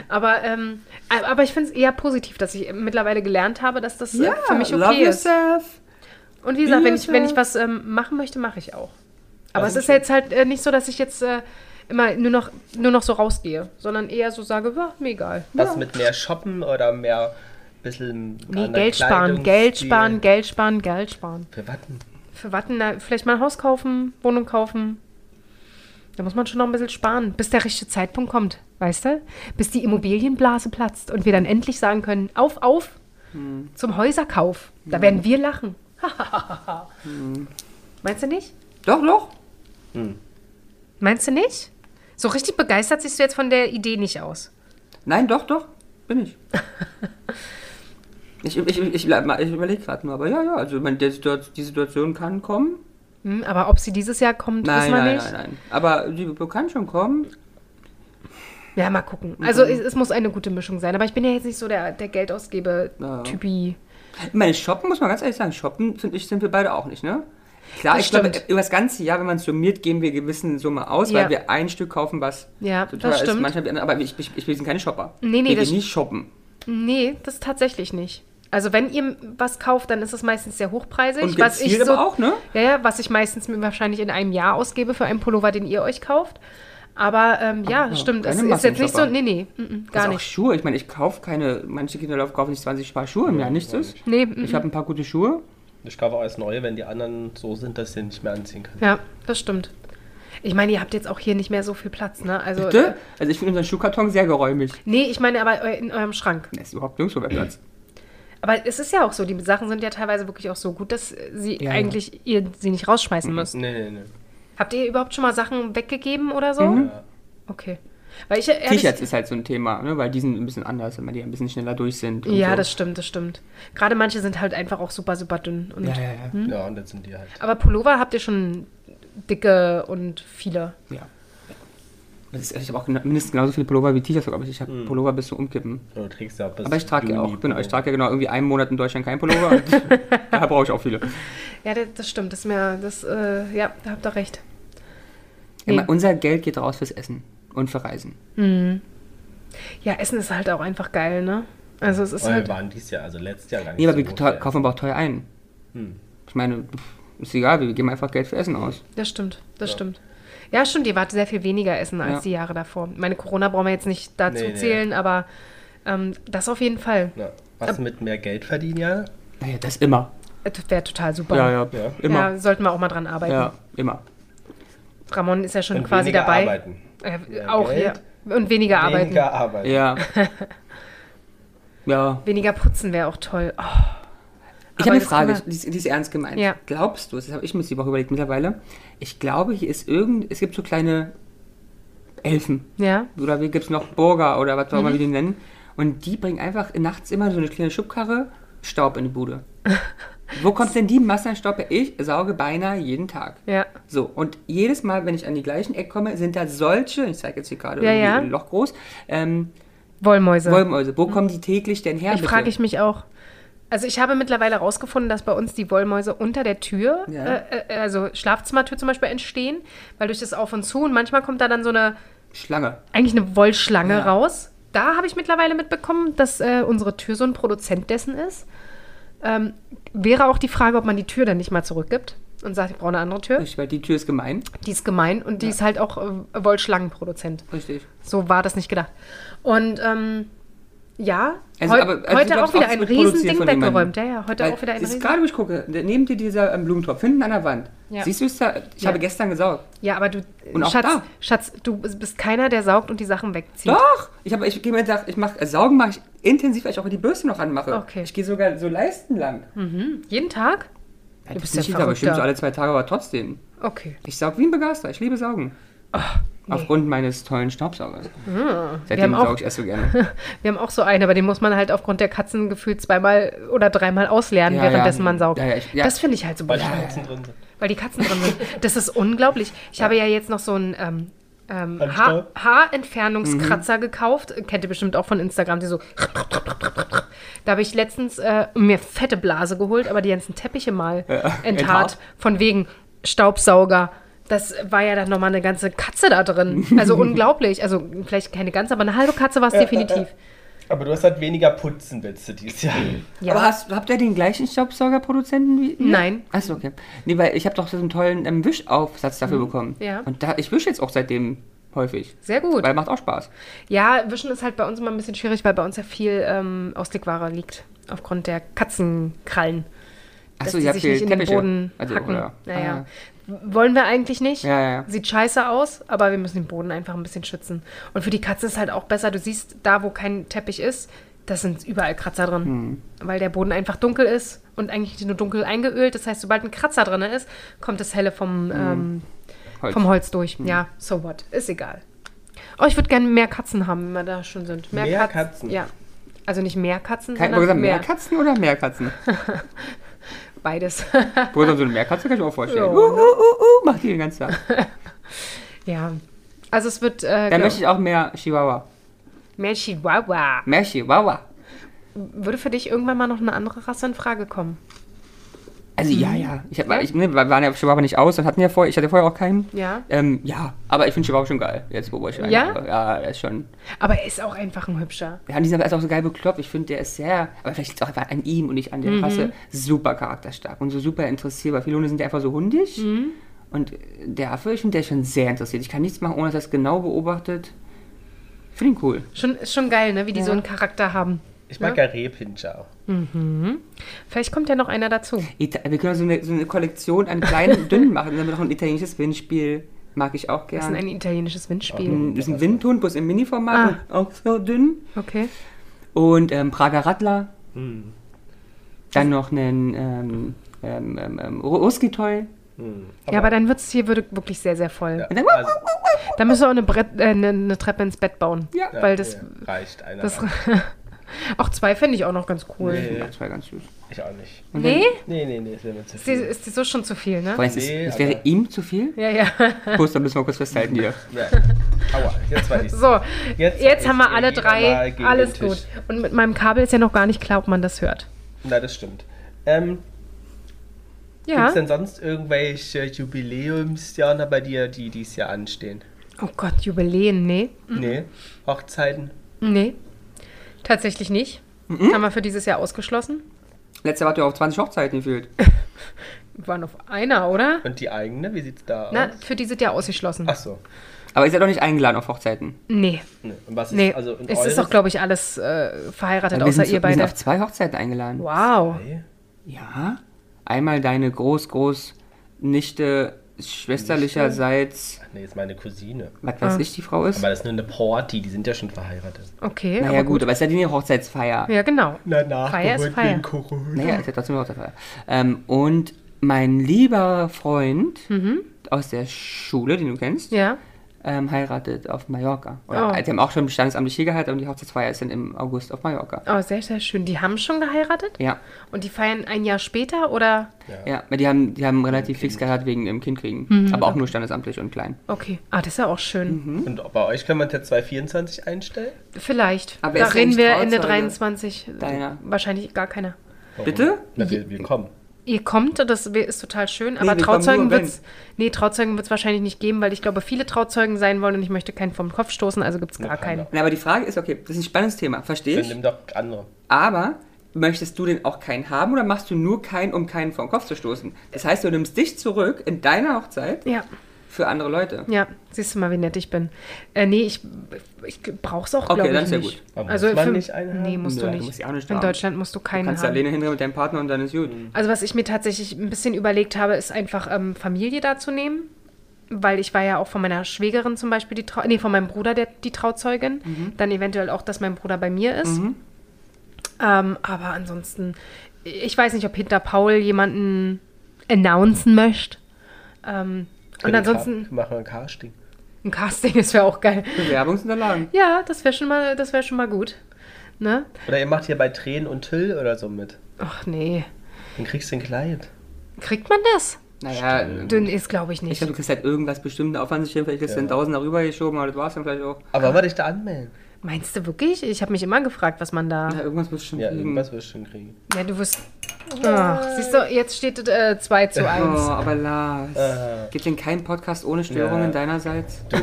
Aber, ähm, aber ich finde es eher positiv, dass ich mittlerweile gelernt habe, dass das äh, für mich
love
okay ist.
yourself.
Und wie gesagt,
Be
wenn ich, wenn ich
yourself. Also
was ähm, machen möchte, mache ich auch. Aber
Das
es
ist
ist jetzt halt äh, nicht so, dass ich jetzt äh, immer nur noch, nur noch so rausgehe, sondern eher so sage, ja, mir egal.
Was mit mehr Shoppen oder mehr bisschen.
Nee,
anderen
Geld sparen, Geld
Kleidungsstil?
sparen, Geld sparen, Geld sparen.
Für Watten.
Für was denn da? Vielleicht mal ein Haus kaufen, Wohnung kaufen. Da muss man schon noch ein bisschen sparen, bis der richtige Zeitpunkt kommt, weißt du? Bis die Immobilienblase platzt und wir dann endlich sagen können, auf, auf,
Hm.
zum Häuserkauf. Da werden wir lachen.
<laughs> Hm.
Meinst du nicht?
Doch, doch.
Meinst du nicht? So richtig begeistert siehst du jetzt von der Idee nicht aus.
Nein, doch, doch. Bin ich. Ich, ich, ich, ich, bleib mal- ich überlege gerade nur, aber ja, ja, also man, der Situation, die Situation kann kommen.
Hm, aber ob sie dieses Jahr kommt,
Nein,
wissen wir
nein,
nicht.
nein, nein. Aber die kann schon kommen.
Ja, mal
Mhm.
gucken. Also es, es muss eine gute Mischung sein. Aber ich bin ja jetzt nicht so der, der Geldausgebe-Typi.
Ich meine, shoppen muss man ganz ehrlich sagen, shoppen sind, ich, sind wir beide auch nicht, ne? Klar,
Das
ich glaube,
stimmt.
über das ganze Jahr, wenn man es summiert, geben wir gewissen Summe aus,
Ja.
weil wir ein Stück kaufen, was
Ja,
so
das stimmt.
Manchmal, die anderen- aber ich, ich, ich, wir sind keine Shopper.
Nee, nee,
wir
das-
gehen nicht shoppen.
Nee, das tatsächlich nicht. Also wenn ihr was kauft, dann ist es meistens sehr hochpreisig.
Und
was ich
gezielt
so,
aber auch, ne?
Ja, ja, was ich meistens mir wahrscheinlich in einem Jahr ausgebe für einen Pullover, den ihr euch kauft. Aber ähm, ja,
Ah,
stimmt. Es
keine
ist jetzt nicht so.
Massenshopper.
Nee, nee, mm, mm, gar
Also auch
nicht.
Schuhe, ich meine, ich kaufe keine, manche Kinder laufen- kaufen nicht 20 Paar Schuhe im Jahr, nichts ist.
Nee, mm,
Ich habe ein paar gute Schuhe.
Ich kaufe auch alles Neue, wenn die anderen so sind, dass ich sie nicht mehr anziehen kann.
mm. Ja, das stimmt. Ich meine, ihr habt jetzt auch hier nicht mehr so viel Platz, ne? Also, äh,
Bitte? Also ich finde unseren Schuhkarton sehr geräumig.
Nee, ich meine aber eu- in eurem Schrank.
Da ist überhaupt nirgendwo mehr Platz.
Aber es ist ja auch so, die Sachen sind ja teilweise wirklich auch so gut, dass äh, sie
ja. Mhm.
eigentlich ihr sie nicht rausschmeißen müsst.
Nee, nee, nee.
Habt ihr überhaupt schon mal Sachen weggegeben oder so?
Mhm.
Okay. Weil ich äh, ehrlich,
T-Shirts ist halt so ein Thema, ne? weil die sind ein bisschen anders, weil die ein bisschen schneller durch sind. und
Ja,
so.
das stimmt, das stimmt. Gerade manche sind halt einfach auch super, super dünn. Und
Ja, ja, ja.
Hm?
Ja, und das sind die halt.
Aber Pullover habt ihr schon dicke und viele.
ja. Das ist, also ich habe auch gena- mindestens genauso viele Pullover wie T-Shirts, glaube ich. Ich habe Pullover bis zum Umkippen.
Du trägst ja bis
Aber ich trage ja
Juni
auch, genau, ich
Pullover.
trage ja genau irgendwie einen Monat in Deutschland keinen Pullover. <laughs> und da brauche ich auch viele.
Ja, das, das stimmt. Das ist mir, das, äh, ja, da habt ihr recht. Nee.
Immer, unser Geld geht raus fürs Essen und für Reisen.
Ja, Essen ist halt auch einfach geil, ne? Also es ist
Oh, wir
halt.
waren dies Jahr, also letztes Jahr gar nicht
Nee, aber
so
wir
hoch,
teuer,
ey.
kaufen aber auch teuer ein. Ich meine, pff, ist egal, wir geben einfach Geld für Essen aus.
Das stimmt, das stimmt. Ja, stimmt, ihr wart sehr viel weniger essen als
Ja.
die Jahre davor. Meine Corona brauchen wir jetzt nicht dazu
Nee, nee.
zählen, aber ähm, das auf jeden Fall.
Ja. Was mit mehr Geld verdienen, ja?
Naja, das immer.
Äh, Das wäre total super.
Ja, ja,
Ja.
immer.
Ja, sollten wir auch mal dran arbeiten.
Ja, immer.
Ramon ist ja schon
Und
quasi
weniger
dabei.
arbeiten.
Äh,
Mehr
auch
Geld,
ja. Und weniger arbeiten.
Weniger arbeiten.
Ja. <laughs> ja.
Weniger putzen wäre auch toll. Oh,
Ich habe
das
eine
kann
Frage,
man-
die, ist- die ist ernst gemeint.
Ja.
Glaubst du, es? das habe ich mir die Woche überlegt mittlerweile, ich glaube, hier ist irgend, es gibt so kleine Elfen
ja.
oder wie gibt es noch Burger oder was auch
Mhm.
immer wir die nennen und die bringen einfach nachts immer so eine kleine Schubkarre Staub in
<laughs>
die Bude. Wo kommt denn die Masse an Staub her? Ich sauge beinahe jeden Tag.
Ja.
So, und jedes Mal, wenn ich an die gleichen Eck komme, sind da solche, ich zeige jetzt hier gerade
Ja,
irgendwie
ja.
ein Loch groß, ähm,
Wollmäuse.
Wollmäuse. Wo kommen die täglich denn her?
ich
bitte?
frage ich mich auch. Also ich habe mittlerweile herausgefunden, dass bei uns die Wollmäuse unter der Tür,
Ja.
äh, äh, also Schlafzimmertür zum Beispiel, entstehen, weil durch das Auf und Zu und manchmal kommt da dann so eine,
Schlange.
eigentlich eine Wollschlange
Ja.
raus. Da habe ich mittlerweile mitbekommen, dass äh, unsere Tür so ein Produzent dessen ist. Ähm, wäre auch die Frage, ob man die Tür dann nicht mal zurückgibt und sagt, ich brauche eine andere Tür.
Ich, weil die Tür ist gemein.
Die ist gemein und die ist halt auch äh, Wollschlangenproduzent.
Richtig.
So war das nicht gedacht. Und ähm, ja,
Also,
heu
aber- also du
heute auch
glaubst
wieder
auch, es
ein
wird produziert
Riesending
von jemandem.
weggeräumt. Ja, ja, heute
Weil
auch wieder ein
das ist
Riesending.
gerade, wo ich gucke, da- neben dir dieser ähm, Blumentopf, hinten an der Wand.
Ja.
Siehst du es da? Ich
Ja.
habe gestern gesaugt.
Ja, aber du,
Und auch
Schatz,
da.
Schatz, du bist keiner, der saugt und die Sachen wegzieht.
Doch! Ich, habe, ich gehe mir gedacht, ich mache, äh, saugen mache ich intensiv, weil ich auch die Bürste noch anmache.
Okay.
Ich gehe sogar so Leisten lang.
Jeden Tag?
Ja,
bist ja
nicht jeder, aber
verrückter.
bestimmt so alle zwei Tage, aber trotzdem.
Okay.
Ich saug wie ein Begaster. Ich liebe Saugen. Aufgrund meines tollen Staubsaugers. Seitdem
Hm. haben auch-
sauge ich erst so gerne.
<laughs> Wir haben auch so einen, aber den muss man halt aufgrund der Katzengefühl zweimal oder dreimal auslernen,
Ja,
währenddessen
ja.
man saugt.
Ja, ja, ich- ja.
Das finde ich halt so
Weil die
bescheuert.
Katzen drin sind.
Weil die Katzen drin sind. Das ist unglaublich. Ich habe ja jetzt noch so einen ähm, ähm,
Handstaub?
Haar,
Mhm.
Haarentfernungskratzer gekauft. Kennt ihr bestimmt auch von Instagram, die so. <laughs> Da habe ich letztens äh, mir fette Blase geholt, aber die ganzen Teppiche mal enthaart.
enthaart.
Von wegen Staubsauger. Das war ja dann nochmal eine ganze Katze da drin.
<laughs>
Also unglaublich. Also vielleicht keine ganze, aber eine halbe Katze war es definitiv.
Aber du hast halt weniger Putzenwitze dieses Jahr.
Ja.
Aber hast, habt ihr den gleichen Staubsaugerproduzenten wie? wir?
Nein.
Achso, okay. Nee, weil ich habe doch so einen tollen ähm, Wischaufsatz dafür bekommen.
Mhm. Ja.
Und da, ich wische jetzt auch seitdem häufig.
Sehr gut.
Weil macht auch Spaß.
Ja, Wischen ist halt bei uns immer ein bisschen schwierig, weil bei uns ja viel ähm, Auslegware liegt. Aufgrund der Katzenkrallen. dass
Achso,
die
ihr habt
sich
hier
nicht in den
Teppiche.
Boden
also,
hacken.
Oder,
Naja.
Ah,
Wollen wir eigentlich nicht.
Ja, ja, ja.
Sieht scheiße aus, aber wir müssen den Boden einfach ein bisschen schützen. Und für die Katze ist halt auch besser, du siehst da, wo kein Teppich ist, da sind überall Kratzer drin.
Hm.
Weil der Boden einfach dunkel ist und eigentlich nur dunkel eingeölt. Das heißt, sobald ein Kratzer drin ist, kommt das Helle vom,
Hm.
ähm,
ah, Holz.
vom Holz durch.
Mhm.
Ja, so what. Ist egal. Oh, ich würde gerne mehr Katzen haben, wenn wir da schon sind.
Mehr
Katz-
Katzen?
Ja. Also nicht mehr Katzen,
Kann,
sondern
gesagt, mehr,
mehr.
Katzen oder mehr
<laughs>
Katzen?
Beides. <laughs>
Bruder, so eine Meerkatze kann ich mir auch vorstellen.
Ja.
Uh, uh, uh, uh, macht die den
<laughs>
ganzen Tag.
ja. Also es wird äh,
Dann
glaub-
möchte ich auch mehr Chihuahua.
mehr Chihuahua.
Mehr Chihuahua.
Würde für dich irgendwann mal noch eine andere Rasse in Frage kommen?
Also ja,
Mhm.
ja. Ich hab, ich, ne, wir waren ja Chihuahua nicht aus und hatten ja vorher, ich hatte vorher auch keinen.
Ja.
Ähm, ja, aber ich finde Chihuahua schon geil. Jetzt wo ich einen
Ja?
habe. Ja, er ist schon.
Aber er ist auch einfach ein hübscher.
Ja, und die sind aber auch so geil bekloppt. Ich finde, der ist sehr, aber vielleicht liegt es auch einfach an ihm und nicht an der
Mhm.
Rasse, super charakterstark und so super interessierbar. Viele Hunde sind ja einfach so hundig.
Mhm.
Und der Affe, ich finde, der ist schon sehr interessiert. Ich kann nichts machen, ohne dass er es genau beobachtet. Ich finde ihn cool.
Schon, ist schon geil, ne? wie die so einen Charakter haben.
Ich mag ja Rehpinscher auch.
Vielleicht kommt ja noch einer dazu.
Ita wir können so eine, so eine Kollektion
<laughs>
an kleinen, dünnen machen. Dann haben wir noch ein italienisches Windspiel. Mag ich auch
Das ist
gerne.
ein italienisches Windspiel. Ah.
Ein, das ist ein Windhund, bloß im Mini-Format. Auch so dünn.
Okay.
Und ähm, Prager Rattler. Dann noch einen ähm, ähm, ähm, ähm, Ru- Ruskitoy.
Ja, aber dein Wirtstier würde wirklich sehr, sehr voll.
Ja,
Und dann,
also,
Da müssen wir auch eine, Brett, äh, eine, eine Treppe ins Bett bauen.
Ja.
ja,
Weil das.
ja, reicht einer.
das <laughs>
reicht.
auch zwei fände ich auch noch ganz cool. Nee?
nee,
Ja, das war ganz süß.
ich auch nicht.
Nee?
Nee, nee, nee, das wäre mir zu
Ist, die,
viel.
ist die so schon zu viel, ne?
Aber es, ist,
Nee,
es
aber-
wäre ihm zu viel.
<laughs> Ja, ja.
Post, da müssen wir kurz festhalten hier.
Ja. Aua, jetzt war ich.
So,
Jetzt
jetzt,
ist
haben wir alle
irgendwie mal
drei.
gegen
Alles
den Tisch.
gut. Und mit meinem Kabel ist ja noch gar nicht klar, ob man das hört.
Na, das stimmt. Ähm, Gibt
Ja.
es denn sonst irgendwelche Jubiläumsjahre bei dir, die dies Jahr anstehen?
Oh Gott, Jubiläen, nee.
Nee. Hochzeiten?
Nee, tatsächlich nicht.
Mhm.
Haben wir für dieses Jahr ausgeschlossen.
Letztes Jahr hat ja auf 20 Hochzeiten gefühlt.
Wir waren auf einer, oder?
Und die eigene? Wie sieht's da
Na,
aus?
für dieses Jahr ausgeschlossen.
Ach so.
Aber ihr seid doch nicht eingeladen auf Hochzeiten.
Nee,
Nee. Und was ist
nee.
also in
es ist
eures-
auch, glaube ich, alles äh, verheiratet,
wir
<laughs> außer
sind, zu-
ihr
wir sind
beide.
auf zwei Hochzeiten eingeladen.
Wow.
Nee.
Ja. Einmal deine Groß-Groß-Nichte schwesterlicherseits,
Ach, nee, ist meine Cousine.
was
Ah.
weiß ich, die Frau ist.
Aber das ist nur eine Porti, die sind ja schon verheiratet.
Okay.
Naja,
aber
gut, aber es ist ja die Hochzeitsfeier.
Ja, genau.
Na, nach
Feier ist Feier. wegen
Corona.
Naja, ist ja trotzdem eine Hochzeitsfeier. Ähm, und mein lieber Freund aus der Schule, den du kennst,
Mhm. Ja.
ähm, heiratet auf Mallorca. Oder,
Oh.
Die haben auch schon standesamtlich hier geheiratet und die Hochzeitsfeier ist dann im August auf Mallorca.
Oh, sehr, sehr schön. Die haben schon geheiratet?
Ja,
Und die feiern ein Jahr später, oder?
ja. aber Die haben, die haben relativ fix geheiratet wegen dem Kindkriegen. Aber auch nur standesamtlich und klein.
Mhm. Okay. Ah, das ist ja auch schön.
Mhm.
Und bei euch kann man ja 224 einstellen?
Vielleicht.
Aber
da
ist
reden
eigentlich
wir in der
Trauzeuge?
23.
Deiner.
Wahrscheinlich gar keiner.
Warum?
Bitte?
Na, wir, wir kommen.
Ihr kommt, das wär- ist total schön, aber
wir kommen
Trauzeugen
nur,
wird es nee, Trauzeugen wird's wahrscheinlich nicht geben, weil ich glaube, viele Trauzeugen sein wollen und ich möchte keinen vom Kopf stoßen, also gibt es gar
kann
keinen.
doch.
Na, aber die Frage ist, okay, das ist ein spannendes Thema, verstehe
Dann
ich.
nimm doch andere.
Aber möchtest du denn auch keinen haben oder machst du nur keinen, um keinen vom Kopf zu stoßen? Das heißt, du nimmst dich zurück in deiner Hochzeit
Ja,
für andere Leute.
ja, siehst du mal, wie nett ich bin. Äh, nee, ich, ich brauch's auch,
Okay,
glaube ich,
dann ist ja
nicht. Also
gut.
Aber muss man nicht einen haben?
Nee, musst
Nö,
du
du
nicht.
musst ja auch nicht
In
haben.
Deutschland musst du keinen
Kannst du
haben.
alleine hinterher mit deinem Partner und dann ist gut.
Also was ich mir tatsächlich ein bisschen überlegt habe, ist einfach ähm, Familie da zu nehmen. Weil ich war ja auch von meiner Schwägerin zum Beispiel, die Trau nee, von meinem Bruder der, die Trauzeugin. Dann eventuell auch, dass mein Bruder bei mir ist. Ähm, aber ansonsten, ich weiß nicht, ob hinter Paul jemanden announcen möchte. Ähm, und
Können wir
ansonsten,
Car- Machen wir ein Casting.
ein Casting ist ja auch geil.
Bewerbungsunterlagen.
Ja, das wäre schon, mal- das wär schon mal gut. Ne?
Oder ihr macht hier bei Tränen und Till oder so mit.
Ach nee.
Dann kriegst du ein Kleid.
Kriegt man das?
Naja,
Dünn ist, glaube ich,
ich
nicht.
glaube, du kriegst halt irgendwas bestimmten auf sich vielleicht kriegst du einen Tausender rübergeschoben, aber das war's dann vielleicht auch.
Aber wollte ich da anmelden?
Meinst du wirklich? Ich habe mich immer gefragt, was man da.
Ja, irgendwas musst du schon
Ja,
Mhm.
kriegen.
irgendwas wirst du schon kriegen.
Ja, du wirst. Ach, siehst du, jetzt steht äh, 2 zu
Oh,
1.
aber Lars.
Äh.
Gibt denn keinen Podcast ohne Störungen
Ja.
deinerseits?
Du.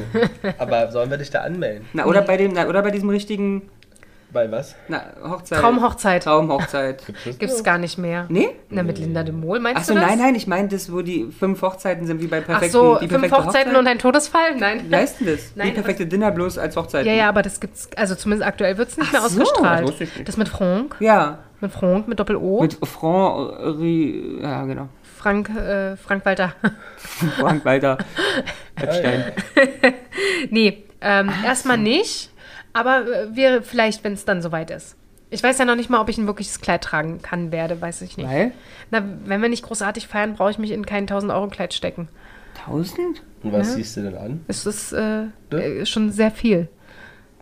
Aber sollen wir dich da anmelden?
Na, oder bei dem, na, oder bei diesem richtigen
Bei was?
na, Hochzeit.
Traumhochzeit
Traumhochzeit.
<laughs>
gibt es gar nicht mehr.
nee?
Na, mit Linda de Mol, meinst
Achso,
du das?
nein, nein, ich meine das, wo die fünf Hochzeiten sind, wie bei
Ach
perfekten
so,
die
fünf
perfekte
Hochzeiten
Hochzeit.
und ein Todesfall? Nein.
Wie heißt denn das?
Nein,
die perfekte Dinner bloß als Hochzeit.
Ja, ja, aber das gibt's, also zumindest aktuell wird es nicht mehr
so,
ausgestrahlt.
das wusste ich nicht.
Das mit Franck,
Ja,
mit Franck, mit Doppel-O,
mit Franck, Ri- ja genau,
Frank, äh, Frank Walter. <laughs>
Frank Walter Epstein.
nee, ähm, erstmal nicht, aber äh, wir vielleicht, wenn es dann soweit ist. Ich weiß ja noch nicht mal, ob ich ein wirkliches Kleid tragen kann werde, weiß ich nicht.
Weil?
Na, wenn wir nicht großartig feiern, brauche ich mich in kein 1000-Euro-Kleid stecken.
1000?
Und was siehst du denn an?
Es ist äh,
Ne?
äh, schon sehr viel.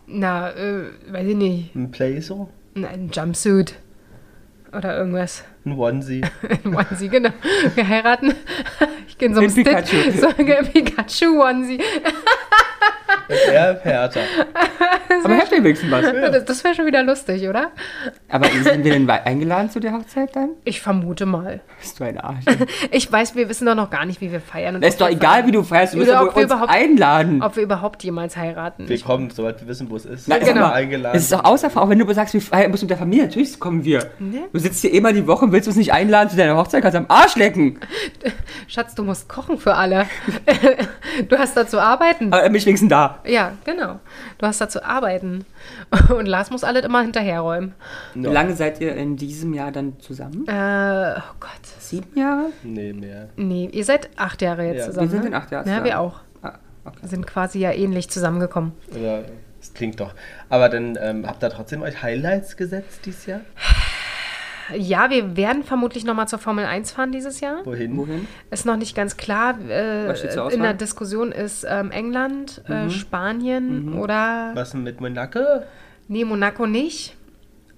Na, äh, weiß ich nicht,
Ein Playso?
ein Jumpsuit oder irgendwas. <laughs>
Ein Onesie?
<laughs>
Onesie, genau. Wir heiraten. <laughs> Ich gehe in so einem
In
Stitch.
Pikachu.
<laughs> So ein Pikachu-Onesie.
Ja, härter.
Aber habt ihr wenigstens was.
Das, das wäre schon wieder lustig, oder?
Aber sind wir denn wei- eingeladen zu der Hochzeit dann?
Ich vermute
<laughs>
mal.
Bist du ein Arsch.
Ich weiß, wir wissen doch noch gar nicht, wie wir feiern. Und
Ist
ob
doch
wir
egal,
feiern.
wie du feierst, du musst
Oder
ja wohl
ob wir
uns
überhaupt-
einladen.
Ob wir überhaupt jemals heiraten.
Wir kommen, sobald wir wissen, wo es ist.
Na,
Wir
ist
genau.
sind
aber-
eingeladen.
Es ist doch außer Frage, auch wenn du sagst, wir feiern müssen mit der Familie, natürlich kommen wir.
Ne?
Du sitzt hier immer die Woche und willst uns nicht einladen zu deiner Hochzeit, kannst am Arsch lecken.
Schatz, du musst kochen für alle. <laughs> du hast dazu arbeiten.
Aber mich wenigstens da.
Ja, genau. Du hast dazu arbeiten. <laughs> Und Lars muss alles immer hinterherräumen.
Ja.
Wie lange seid ihr in diesem Jahr dann zusammen?
Äh, oh Gott.
Sieben Jahre?
Nee, mehr.
Nee, ihr seid acht Jahre jetzt
Ja, wir
zusammen.
sind
ne?
in acht Jahren
Ja, wir
zusammen.
auch.
Ah, okay.
Sind quasi ja ähnlich zusammengekommen.
Ja, das klingt doch. Aber dann ähm, habt ihr trotzdem euch Highlights gesetzt dieses Jahr?
Ja, wir werden vermutlich nochmal zur Formel 1 fahren dieses Jahr.
Wohin?
Wohin?
Ist noch nicht ganz klar. Äh,
Was steht zur
in
Auswahl?
der Diskussion ist ähm, England,
Mhm.
äh, Spanien oder.
Was denn mit Monaco?
Nee, Monaco nicht.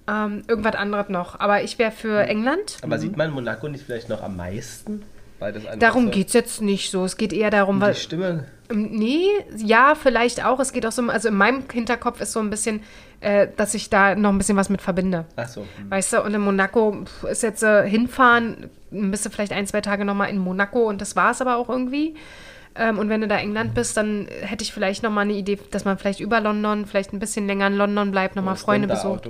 Ähm, irgendwas anderes noch. Aber ich wäre für
Mhm.
England.
Aber sieht man Monaco nicht vielleicht noch am meisten? Weil das andere
Darum
so-
geht es jetzt nicht so. Es geht eher darum,
Die
was.
Stimme.
Ähm, Nee, ja, vielleicht auch. Es geht auch so. Also in meinem Hinterkopf ist so ein bisschen, äh, dass ich da noch ein bisschen was mit verbinde.
Achso.
Weißt du, und in Monaco pf, ist jetzt äh, hinfahren, bist du vielleicht ein, zwei Tage nochmal in Monaco und das war es aber auch irgendwie. Ähm, und wenn du da England bist, dann hätte ich vielleicht nochmal eine Idee, dass man vielleicht über London, vielleicht ein bisschen länger in London bleibt, nochmal Freunde besucht.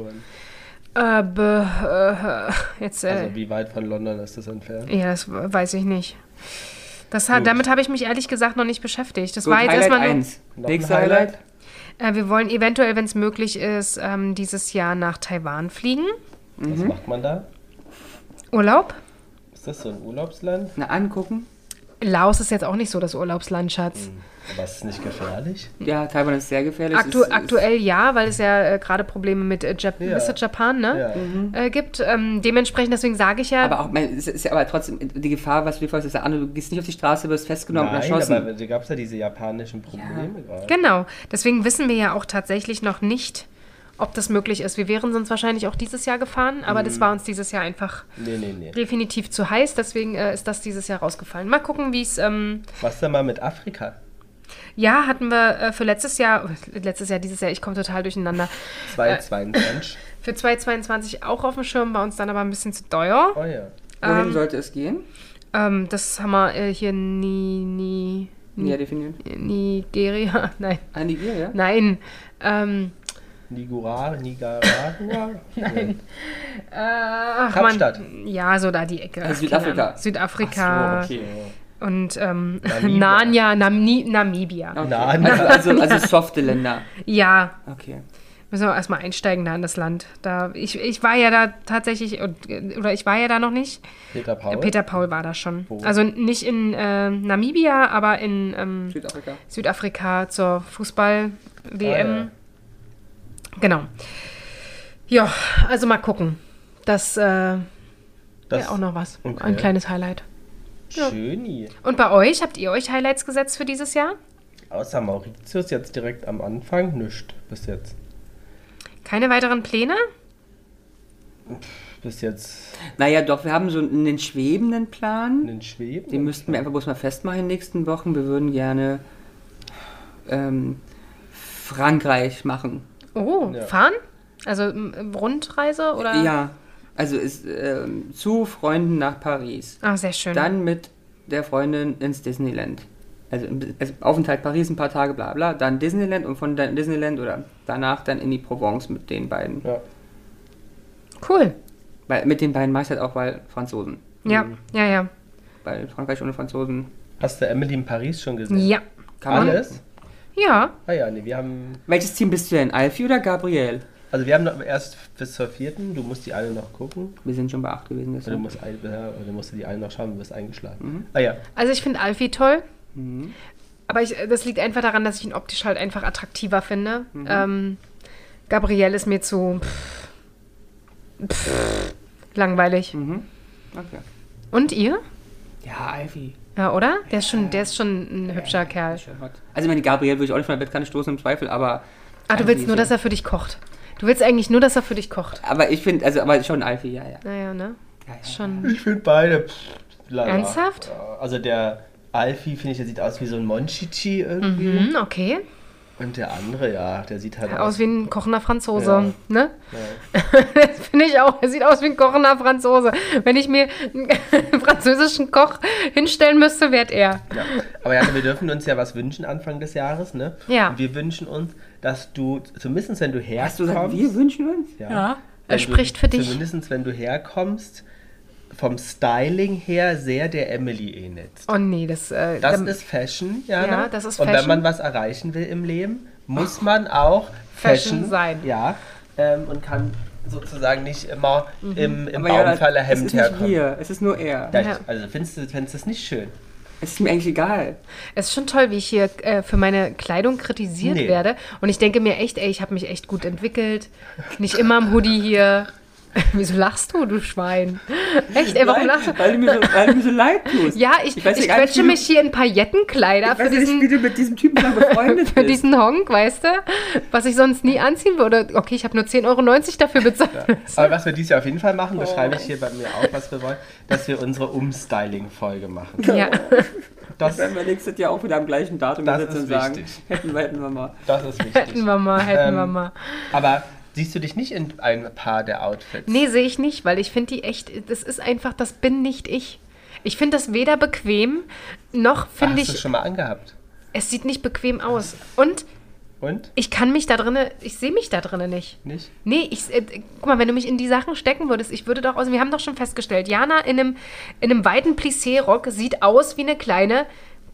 Äh, be, äh, jetzt, äh,
Also wie weit von London ist das entfernt?
ja, das w- weiß ich nicht. Das, hat-
Gut.
damit habe ich mich ehrlich gesagt noch nicht beschäftigt. Das
Gut,
war jetzt
Highlight
erstmal nur,
1.
Noch
Nächster
ein
Highlight?
Highlight?
Äh, wir wollen eventuell, wenn es möglich ist, ähm, dieses Jahr nach Taiwan fliegen.
Was
Mhm.
macht man da?
Urlaub.
Ist das so ein Urlaubsland?
Na, angucken.
Laos ist jetzt auch nicht so das Urlaubsland, Schatz.
Aber ist es nicht gefährlich?
Ne?
Ja, Taiwan ist sehr gefährlich.
Aktu
Es ist,
aktuell ja, weil es ja äh, gerade Probleme mit äh, Jap
Ja.
ist das Japan ne?
Ja.
äh, gibt. Ähm, dementsprechend, deswegen sage ich ja,
Aber auch, mein, es ist ja aber trotzdem die Gefahr, was du dir vorstellst, ist ja, du gehst nicht auf die Straße, wirst festgenommen und
Nein,
erschossen.
aber da gab es ja diese japanischen Probleme gerade.
genau, deswegen wissen wir ja auch tatsächlich noch nicht, ob das möglich ist. Wir wären sonst wahrscheinlich auch dieses Jahr gefahren, aber
Mhm.
das war uns dieses Jahr einfach
Nee, nee, nee.
definitiv zu heiß, deswegen äh, ist das dieses Jahr rausgefallen. Mal gucken, wie es. Ähm,
Was denn mal mit Afrika?
Äh. ja, hatten wir äh, für letztes Jahr, <laughs> letztes Jahr, dieses Jahr, ich komme total durcheinander.
2022.
Für 2022 auch auf dem Schirm, bei uns dann aber ein bisschen zu teuer.
oh ja.
Wohin sollte es gehen?
Ähm, das haben wir äh, hier nie, nie,
Ja, definieren.
Nigeria. <laughs> Nein.
Ah, Nigeria?
Nein. Ähm,
Nigurar, Nicaragua. Nein.
äh, ach,
Kapstadt.
Mann. Ja, so da die Ecke.
Also
Keine
Südafrika.
Ahnung. Südafrika.
Ach so, okay.
Und ähm, <laughs>
Namibia.
Narnia, Namni Namibia.
okay.
Nein.
Also, also, also softe Länder.
Ja,
Okay.
müssen wir erstmal einsteigen da in das Land. Da, ich, ich war ja da tatsächlich, und- äh, oder ich war ja da noch nicht.
Peter Paul.
Peter Paul war da schon.
Wo?
Also nicht in äh, Namibia, aber in ähm,
Südafrika.
Südafrika zur Fußball-WM.
Ah, ja.
Genau. Ja, also mal gucken. Das äh, wäre
Das
auch noch was.
okay.
Ein kleines Highlight.
Schöni.
Und bei euch, habt ihr euch Highlights gesetzt für dieses Jahr?
Außer Mauritius jetzt direkt am Anfang. Nischt bis jetzt.
Keine weiteren Pläne?
bis jetzt
Naja, doch, wir haben so einen schwebenden Plan.
einen Schweben.
Den müssten wir einfach bloß mal festmachen in den nächsten Wochen. Wir würden gerne ähm, Frankreich machen.
Oh,
Ja.
fahren? Also m, Rundreise oder?
Ja, also ist, ähm, zu Freunden nach Paris.
Ah, sehr schön.
Dann mit der Freundin ins Disneyland. Also, im- also Aufenthalt Paris ein paar Tage, bla bla. Dann Disneyland und von dann Disneyland oder danach dann in die Provence mit den beiden.
Ja.
cool.
Weil mit den beiden mache ich das auch, weil Franzosen.
Ja,
Mhm.
ja, ja.
Weil Frankreich ohne Franzosen.
Hast du Emily in Paris schon gesehen?
Ja.
man-
Alles?
Ja.
Ah ja, nee, wir haben.
Welches Team bist du denn? Alfie oder Gabriel?
Also wir haben noch erst bis zur vierten, du musst die eine noch gucken.
Wir sind schon bei acht gewesen.
Oder du
Deshalb.
musst, ein, ja, oder du musst die eine noch schauen, du wirst eingeschlagen. Ah ja.
Also ich finde Alfie toll.
Mhm.
Aber ich, das liegt einfach daran, dass ich ihn optisch halt einfach attraktiver finde.
Mhm.
Ähm, Gabrielle ist mir zu pff, pff, langweilig.
Mhm. Okay.
Und ihr?
Ja, Alfie.
Ja, oder? Der ist schon, der ist schon ein hübscher Kerl.
Also ich meine, Gabriel würde ich auch nicht von der Bettkante stoßen im Zweifel,
Ah,
aber.
du
Alfie
willst
ist
nur,
ja-
dass er für dich kocht. Du willst eigentlich nur, dass er für dich kocht.
Aber ich finde, also aber schon Alfie, ja, ja.
Naja, ne?
ja, ja.
Schon.
Ich finde beide. pff, lala.
Ernsthaft?
Ja, also der Alfie, finde ich, der sieht aus wie so ein Monchichi irgendwie.
Mhm, okay.
Und der andere, ja, der sieht halt
Aus wie ein kochender Franzose,
Ja.
ne? Das <laughs> finde ich auch. Er sieht aus wie ein kochender Franzose. Wenn ich mir einen <laughs> französischen Koch hinstellen müsste, wäre er.
Ja. Aber ja, wir dürfen uns ja was wünschen Anfang des Jahres, ne?
Ja.
Und wir wünschen uns, dass du, zumindest wenn du herkommst.
Hast du gesagt, wir wünschen uns?
ja.
Er
Also,
Wenn
spricht
du,
für dich.
Zumindest wenn du herkommst, vom Styling her sehr der Emily ähnelt.
Oh nee, das, äh,
Das
dann-
ist Fashion, Jana.
Ja, das ist
Und wenn
Fashion.
man was erreichen will im Leben, muss man auch
Fashion
Fashion,
sein.
Ja. Ähm, und kann sozusagen nicht immer
Mhm.
im, im
Aber ja, das-
Baumfaller
es
Hemd
ist nicht
herkommen.
wir, es ist nur er.
Ja,
Ja.
ich- Also findest du, findest du es nicht schön?
Es ist mir eigentlich egal.
es ist schon toll, wie ich hier äh, für meine Kleidung kritisiert
Nee.
werde. Und ich denke mir echt, ey, ich habe mich echt gut entwickelt. Nicht immer im Hoodie hier. <laughs> Wieso lachst du, du Schwein? Echt, ey, warum
Nein,
lachst du?
Weil du mir so, weil du mir so leid tust.
Ja, ich, ich,
weiß ja gar nicht,
quetsche
wie du-
mich hier in Paillettenkleider
Ich
für
weiß ja nicht,
diesen
wie du mit diesem Typen da befreundet
<laughs> für
bist.
diesen Honk, weißt du? Was ich sonst nie anziehen würde. Okay, ich habe nur 10,90 Euro dafür bezahlt.
Aber was wir dieses Jahr auf jeden Fall machen,
Oh.
das schreibe ich hier bei mir auf, was wir wollen, dass wir unsere Umstyling-Folge machen.
<laughs> Ja.
Das,
Wenn wir nächstes Jahr auch wieder am gleichen Datum
Das
sitzen
ist
und sagen,
wichtig.
hätten wir, hätten wir mal.
das ist wichtig.
Hätten wir mal, hätten wir
Ähm,
mal.
Aber siehst du dich nicht in ein paar der Outfits?
Nee, sehe ich nicht, weil ich finde die echt, das ist einfach, das bin nicht ich. Ich finde das weder bequem, noch
Hast
finde
du es
ich,
schon mal angehabt?
es sieht nicht bequem aus. Und
Und?
ich kann mich da drinne, ich sehe mich da drinne nicht.
Nicht?
Nee, ich, äh, guck mal, wenn du mich in die Sachen stecken würdest, ich würde doch aus, wir haben doch schon festgestellt, Jana in einem, in einem weiten Plissé-Rock sieht aus wie eine kleine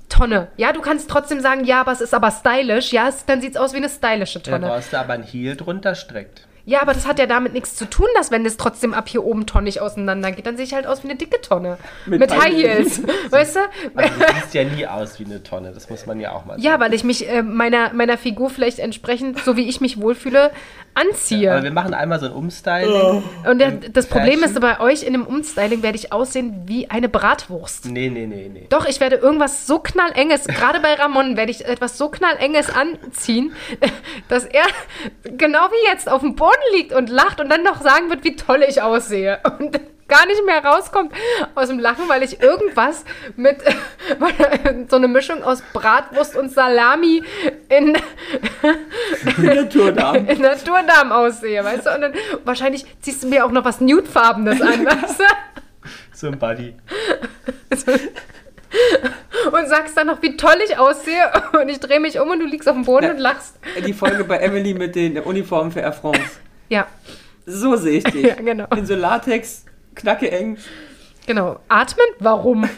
Tonne. Ja, du kannst trotzdem sagen, ja, aber es ist aber stylisch. Ja, es, dann sieht es aus wie eine stylische
Da
Tonne.
brauchst du aber ein Heel drunter streckt.
Ja, aber das hat ja damit nichts zu tun, dass wenn das trotzdem ab hier oben tonnig auseinandergeht, dann sehe ich halt aus wie eine dicke Tonne. Mit,
Mit
High
High
Heels. weißt du?
Also du siehst ja nie aus wie eine Tonne, das muss man ja auch mal sagen.
Ja, weil ich mich äh, meiner, meiner Figur vielleicht entsprechend, so wie ich mich wohlfühle,
Aber
anziehe.
wir machen einmal so ein Umstyling.
Und der, das Problem ist,
Fashion.
bei euch in dem Umstyling werde ich aussehen wie eine Bratwurst.
Nee, nee, nee, nee.
Doch, ich werde irgendwas so knallenges, gerade bei Ramon werde ich etwas so knallenges anziehen, <laughs> dass er genau wie jetzt auf dem Boden liegt und lacht und dann noch sagen wird, wie toll ich aussehe. Und <laughs> gar nicht mehr rauskommt aus dem Lachen, weil ich irgendwas mit <laughs> so eine Mischung aus Bratwurst und Salami in,
Naturdarm.
in Naturdarm aussehe, weißt du? Und dann wahrscheinlich ziehst du mir auch noch was Nudefarbenes an, <laughs> weißt du?
So ein Buddy.
und sagst dann noch, wie toll ich aussehe. Und ich drehe mich um und du liegst auf dem Boden
Na-
und lachst.
Die Folge bei Emily mit den Uniformen für Air France.
Ja,
So sehe ich dich.
Ja, genau.
In so Latex, knacke eng.
genau. Atmen? Warum?
Nee,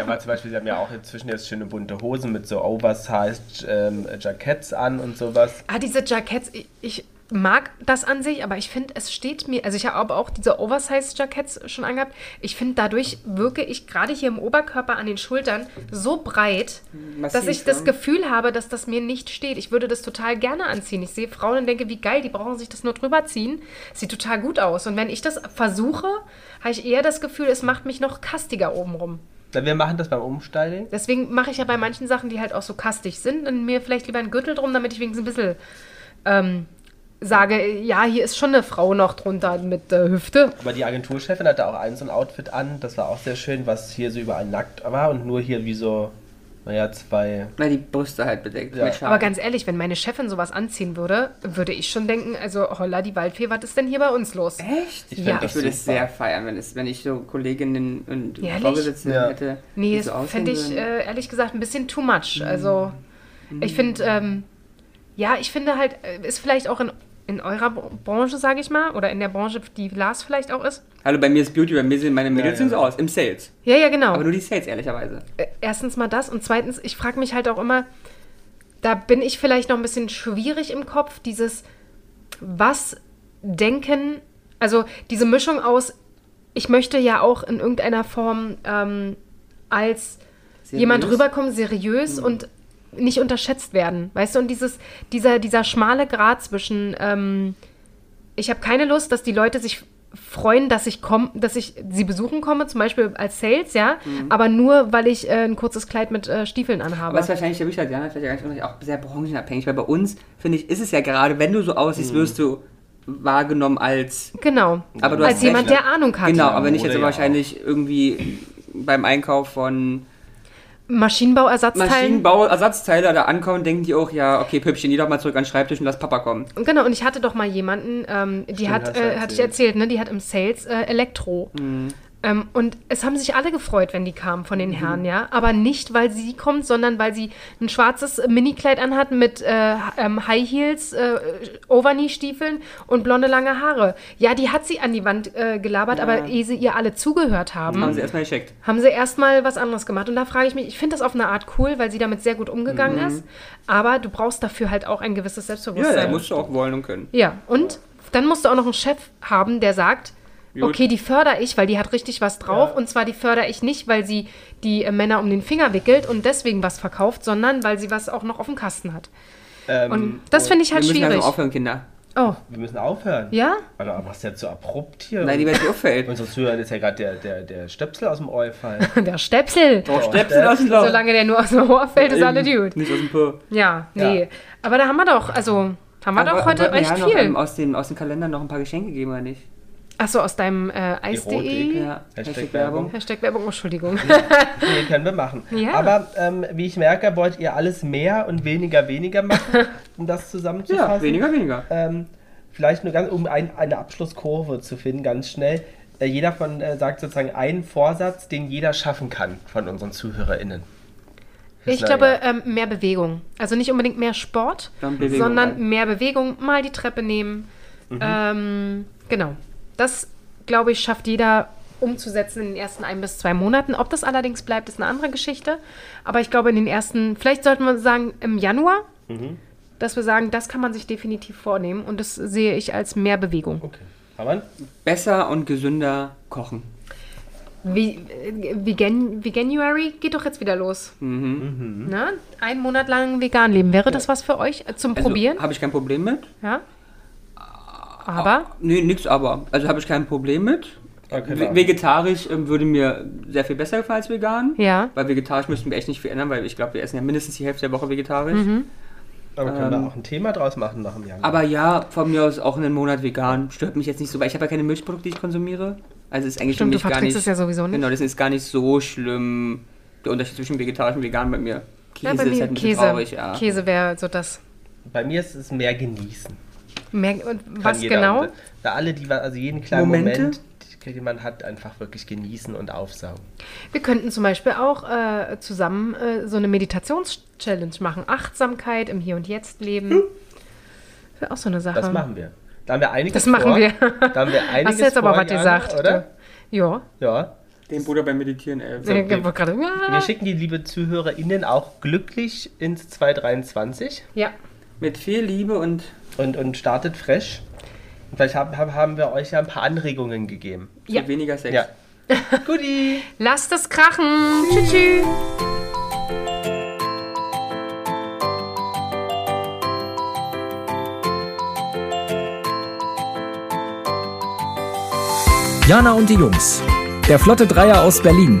aber zum Beispiel, sie haben ja auch inzwischen jetzt schöne bunte Hosen mit so oversized ähm, Jacketts an und sowas.
ah, diese Jacketts, ich, ich mag das an sich, aber ich finde, es steht mir, also ich habe aber auch diese Oversize-Jacketts schon angehabt. Ich finde, dadurch wirke ich gerade hier im Oberkörper an den Schultern so breit,
Massiv,
dass ich
ja.
das Gefühl habe, dass das mir nicht steht. Ich würde das total gerne anziehen. Ich sehe Frauen und denke, wie geil, die brauchen sich das nur drüber ziehen. Sieht total gut aus. Und wenn ich das versuche, habe ich eher das Gefühl, es macht mich noch kastiger obenrum.
Na, Wir machen das beim Umstyling.
Deswegen mache ich ja bei manchen Sachen, die halt auch so kastig sind, dann mir vielleicht lieber einen Gürtel drum, damit ich wenigstens ein bisschen ähm, sage, ja, hier ist schon eine Frau noch drunter mit äh, Hüfte.
Aber die Agenturchefin hatte auch ein so ein Outfit an, das war auch sehr schön, was hier so überall nackt war und nur hier wie so, naja, zwei.
Weil die Brüste halt bedeckt.
Ja.
mit Schal.
Aber ganz ehrlich, wenn meine Chefin sowas anziehen würde, würde ich schon denken, also holla die Waldfee, was ist denn hier bei uns los?
Echt?
Ich find
Ja.
Ich
das
würde
super.
es sehr feiern, wenn, es, wenn ich so Kolleginnen und
Ehrlich?
Vorgesetzte
Ja.
hätte. die
Nee, das
so aussehen
fände ich
würden. Mhm.
äh, ehrlich gesagt ein bisschen too much. Also, ich finde, ähm, ja, ich finde halt, äh, ist vielleicht auch in, in eurer Br- Branche, sage ich mal, oder in der Branche, die Lars vielleicht auch ist.
Hallo, bei mir ist Beauty, bei mir sehen meine Mädels
ja.
sind so aus, im Sales.
Ja, ja, genau.
Aber nur die Sales, ehrlicherweise.
Äh, Erstens mal das und zweitens, ich frage mich halt auch immer, da bin ich vielleicht noch ein bisschen schwierig im Kopf, dieses was denken, also diese Mischung aus, ich möchte ja auch in irgendeiner Form ähm, als
Seriös?
jemand rüberkommen, seriös
Hm.
und nicht unterschätzt werden, weißt du? Und dieses, dieser, dieser schmale Grat zwischen, ähm, ich habe keine Lust, dass die Leute sich freuen, dass ich komm, dass ich sie besuchen komme, zum Beispiel als Sales, ja, aber nur, weil ich äh, ein kurzes Kleid mit äh, Stiefeln anhabe.
Hm. Aber es ist wahrscheinlich, der Richard Jan hat vielleicht gar nicht unrecht, auch sehr branchenabhängig, weil bei uns, finde ich, ist es ja gerade, wenn du so aussiehst, wirst du wahrgenommen als.
genau.
Aber du
als
hast
jemand,
recht,
der Ahnung hat.
Genau, aber nicht
Mode
jetzt
ja
wahrscheinlich irgendwie beim Einkauf von
Maschinenbauersatzteilen.
Maschinenbauersatzteile da ankommen, denken die auch, ja, okay, Püppchen, geh doch mal zurück an den Schreibtisch und lass Papa kommen.
Und Genau, und ich hatte doch mal jemanden, ähm, die hat,
hast du
äh, hatte ich erzählt, ne, die hat im Sales äh, Elektro. Ähm, und es haben sich alle gefreut, wenn die kamen von den Herren, ja. Aber nicht, weil sie kommt, sondern weil sie ein schwarzes Minikleid anhat mit äh, ähm, High Heels, äh, Overknee-Stiefeln und blonde lange Haare. Ja, die hat sie an die Wand äh, gelabert, aber ehe sie ihr alle zugehört haben,
Haben sie erstmal gescheckt.
haben sie erstmal was anderes gemacht. Und da frage ich mich, ich finde das auf eine Art cool, weil sie damit sehr gut umgegangen ist. Aber du brauchst dafür halt auch ein gewisses
Ja,
Selbstbewusstsein.
ja, musst du auch wollen und können.
Ja, und dann musst du auch noch einen Chef haben, der sagt,
Gut.
okay, die fördere ich, weil die hat richtig was drauf. Und zwar die fördere ich nicht, weil sie die äh, Männer um den Finger wickelt und deswegen was verkauft, sondern weil sie was auch noch auf dem Kasten hat.
Ähm,
Und das finde ich
Wir
halt
müssen also
schwierig.
langsam aufhören, Kinder.
oh,
wir müssen aufhören.
ja? <laughs>
Warte, aber machst du jetzt so abrupt hier?
Nein, die werden sich auffällt.
Unsere Zuhörer ist ja gerade der, der, der Stöpsel aus dem Ohr
<laughs>
fallen.
Der Stöpsel.
Stepsen aus dem Loch.
Solange der nur aus dem Ohr fällt, ist alle
Oh. Eben,
gut.
Nicht aus dem Po.
Ja, nee. Aber da haben wir doch, also, haben wir doch
Aber-
heute
aber wir
echt
haben noch einem
viel.
Aus dem, aus dem Kalender noch ein paar Geschenke gegeben, oder nicht?
Achso, aus deinem äh, Eis.de.
Erotik,
Ja.
Hashtag
Hashtag
Werbung.
Hashtag Werbung, Entschuldigung.
Nee, können wir machen.
Ja.
Aber ähm, wie ich merke, wollt ihr alles mehr und weniger
<laughs>
weniger machen, um das zusammenzufassen.
Ja, weniger, weniger.
Ähm, vielleicht nur ganz, um ein, eine Abschlusskurve zu finden, ganz schnell. Äh, jeder von äh, sagt sozusagen einen Vorsatz, den jeder schaffen kann von unseren ZuhörerInnen.
Ich
Ist
glaube,
leider.
ähm, mehr Bewegung. Also nicht unbedingt mehr Sport,
Dann Bewegung
sondern
rein. Mhm.
mehr Bewegung, mal die Treppe nehmen. Ähm, genau. Das, glaube ich, schafft jeder umzusetzen in den ersten ein bis zwei Monaten. Ob das allerdings bleibt, ist eine andere Geschichte. Aber ich glaube, in den ersten, vielleicht sollten wir sagen, im Januar,
Mhm.
dass wir sagen, das kann man sich definitiv vornehmen. Und das sehe ich als mehr Bewegung.
Okay. Hamann?
Besser und gesünder kochen.
Wie, äh, Vegan, Veganuary geht doch jetzt wieder los.
Mhm.
Na, ein Monat lang vegan leben. Wäre das was für euch äh,
Also
zum Probieren?
Habe ich kein Problem mit.
Ja. Aber
Nee, nix aber. Also habe ich kein Problem mit.
Okay,
Ve-
klar.
vegetarisch ähm, würde mir sehr viel besser gefallen als vegan.
Ja.
Weil vegetarisch müssten wir echt nicht viel ändern, weil ich glaube, wir essen ja mindestens die Hälfte der Woche vegetarisch.
Mhm.
Aber können
Ähm,
wir auch ein Thema draus machen nach dem Januar?
Aber ja, von mir aus auch einen Monat vegan. Stört mich jetzt nicht so, weil ich habe ja keine Milchprodukte, die ich konsumiere. Also ist
Stimmt,
eigentlich für
du
mich gar
verträgst
nicht.
es ja sowieso nicht.
Genau, das ist gar nicht so schlimm. Der Unterschied zwischen vegetarisch und vegan bei mir. Käse
ja, bei
ist
mir
halt ein bisschen
Käse.
traurig, ja.
Käse wäre so das.
Bei mir ist es mehr genießen.
Mehr, und
Kann
was
jeder.
genau?
Und, äh, Da alle, die, also jeden kleinen
Momente?
Moment, den man hat, einfach wirklich genießen und aufsaugen.
Wir könnten zum Beispiel auch äh, zusammen äh, so eine Meditations-Challenge machen. Achtsamkeit im Hier und Jetzt leben. Wäre auch so eine Sache.
Das machen wir. Da haben wir einiges
Das machen
vor.
wir.
Da haben wir einiges
Hast du jetzt aber
vor,
was
Jana,
gesagt,
oder?
du. Ja.
Ja.
Den Bruder beim Meditieren, ey.
Ich wollte gerade- ah,
Wir schicken die liebe ZuhörerInnen auch glücklich ins 2023
Ja.
Mit viel Liebe und
und, und startet fresh. Und vielleicht haben, haben, haben wir euch ja ein paar Anregungen gegeben.
Ja.
viel weniger
<laughs>
Sex.
Ja. Goodie!
Lasst es krachen. Tschüss. Tschüss.
Jana und die Jungs. Der Flotte Dreier aus Berlin.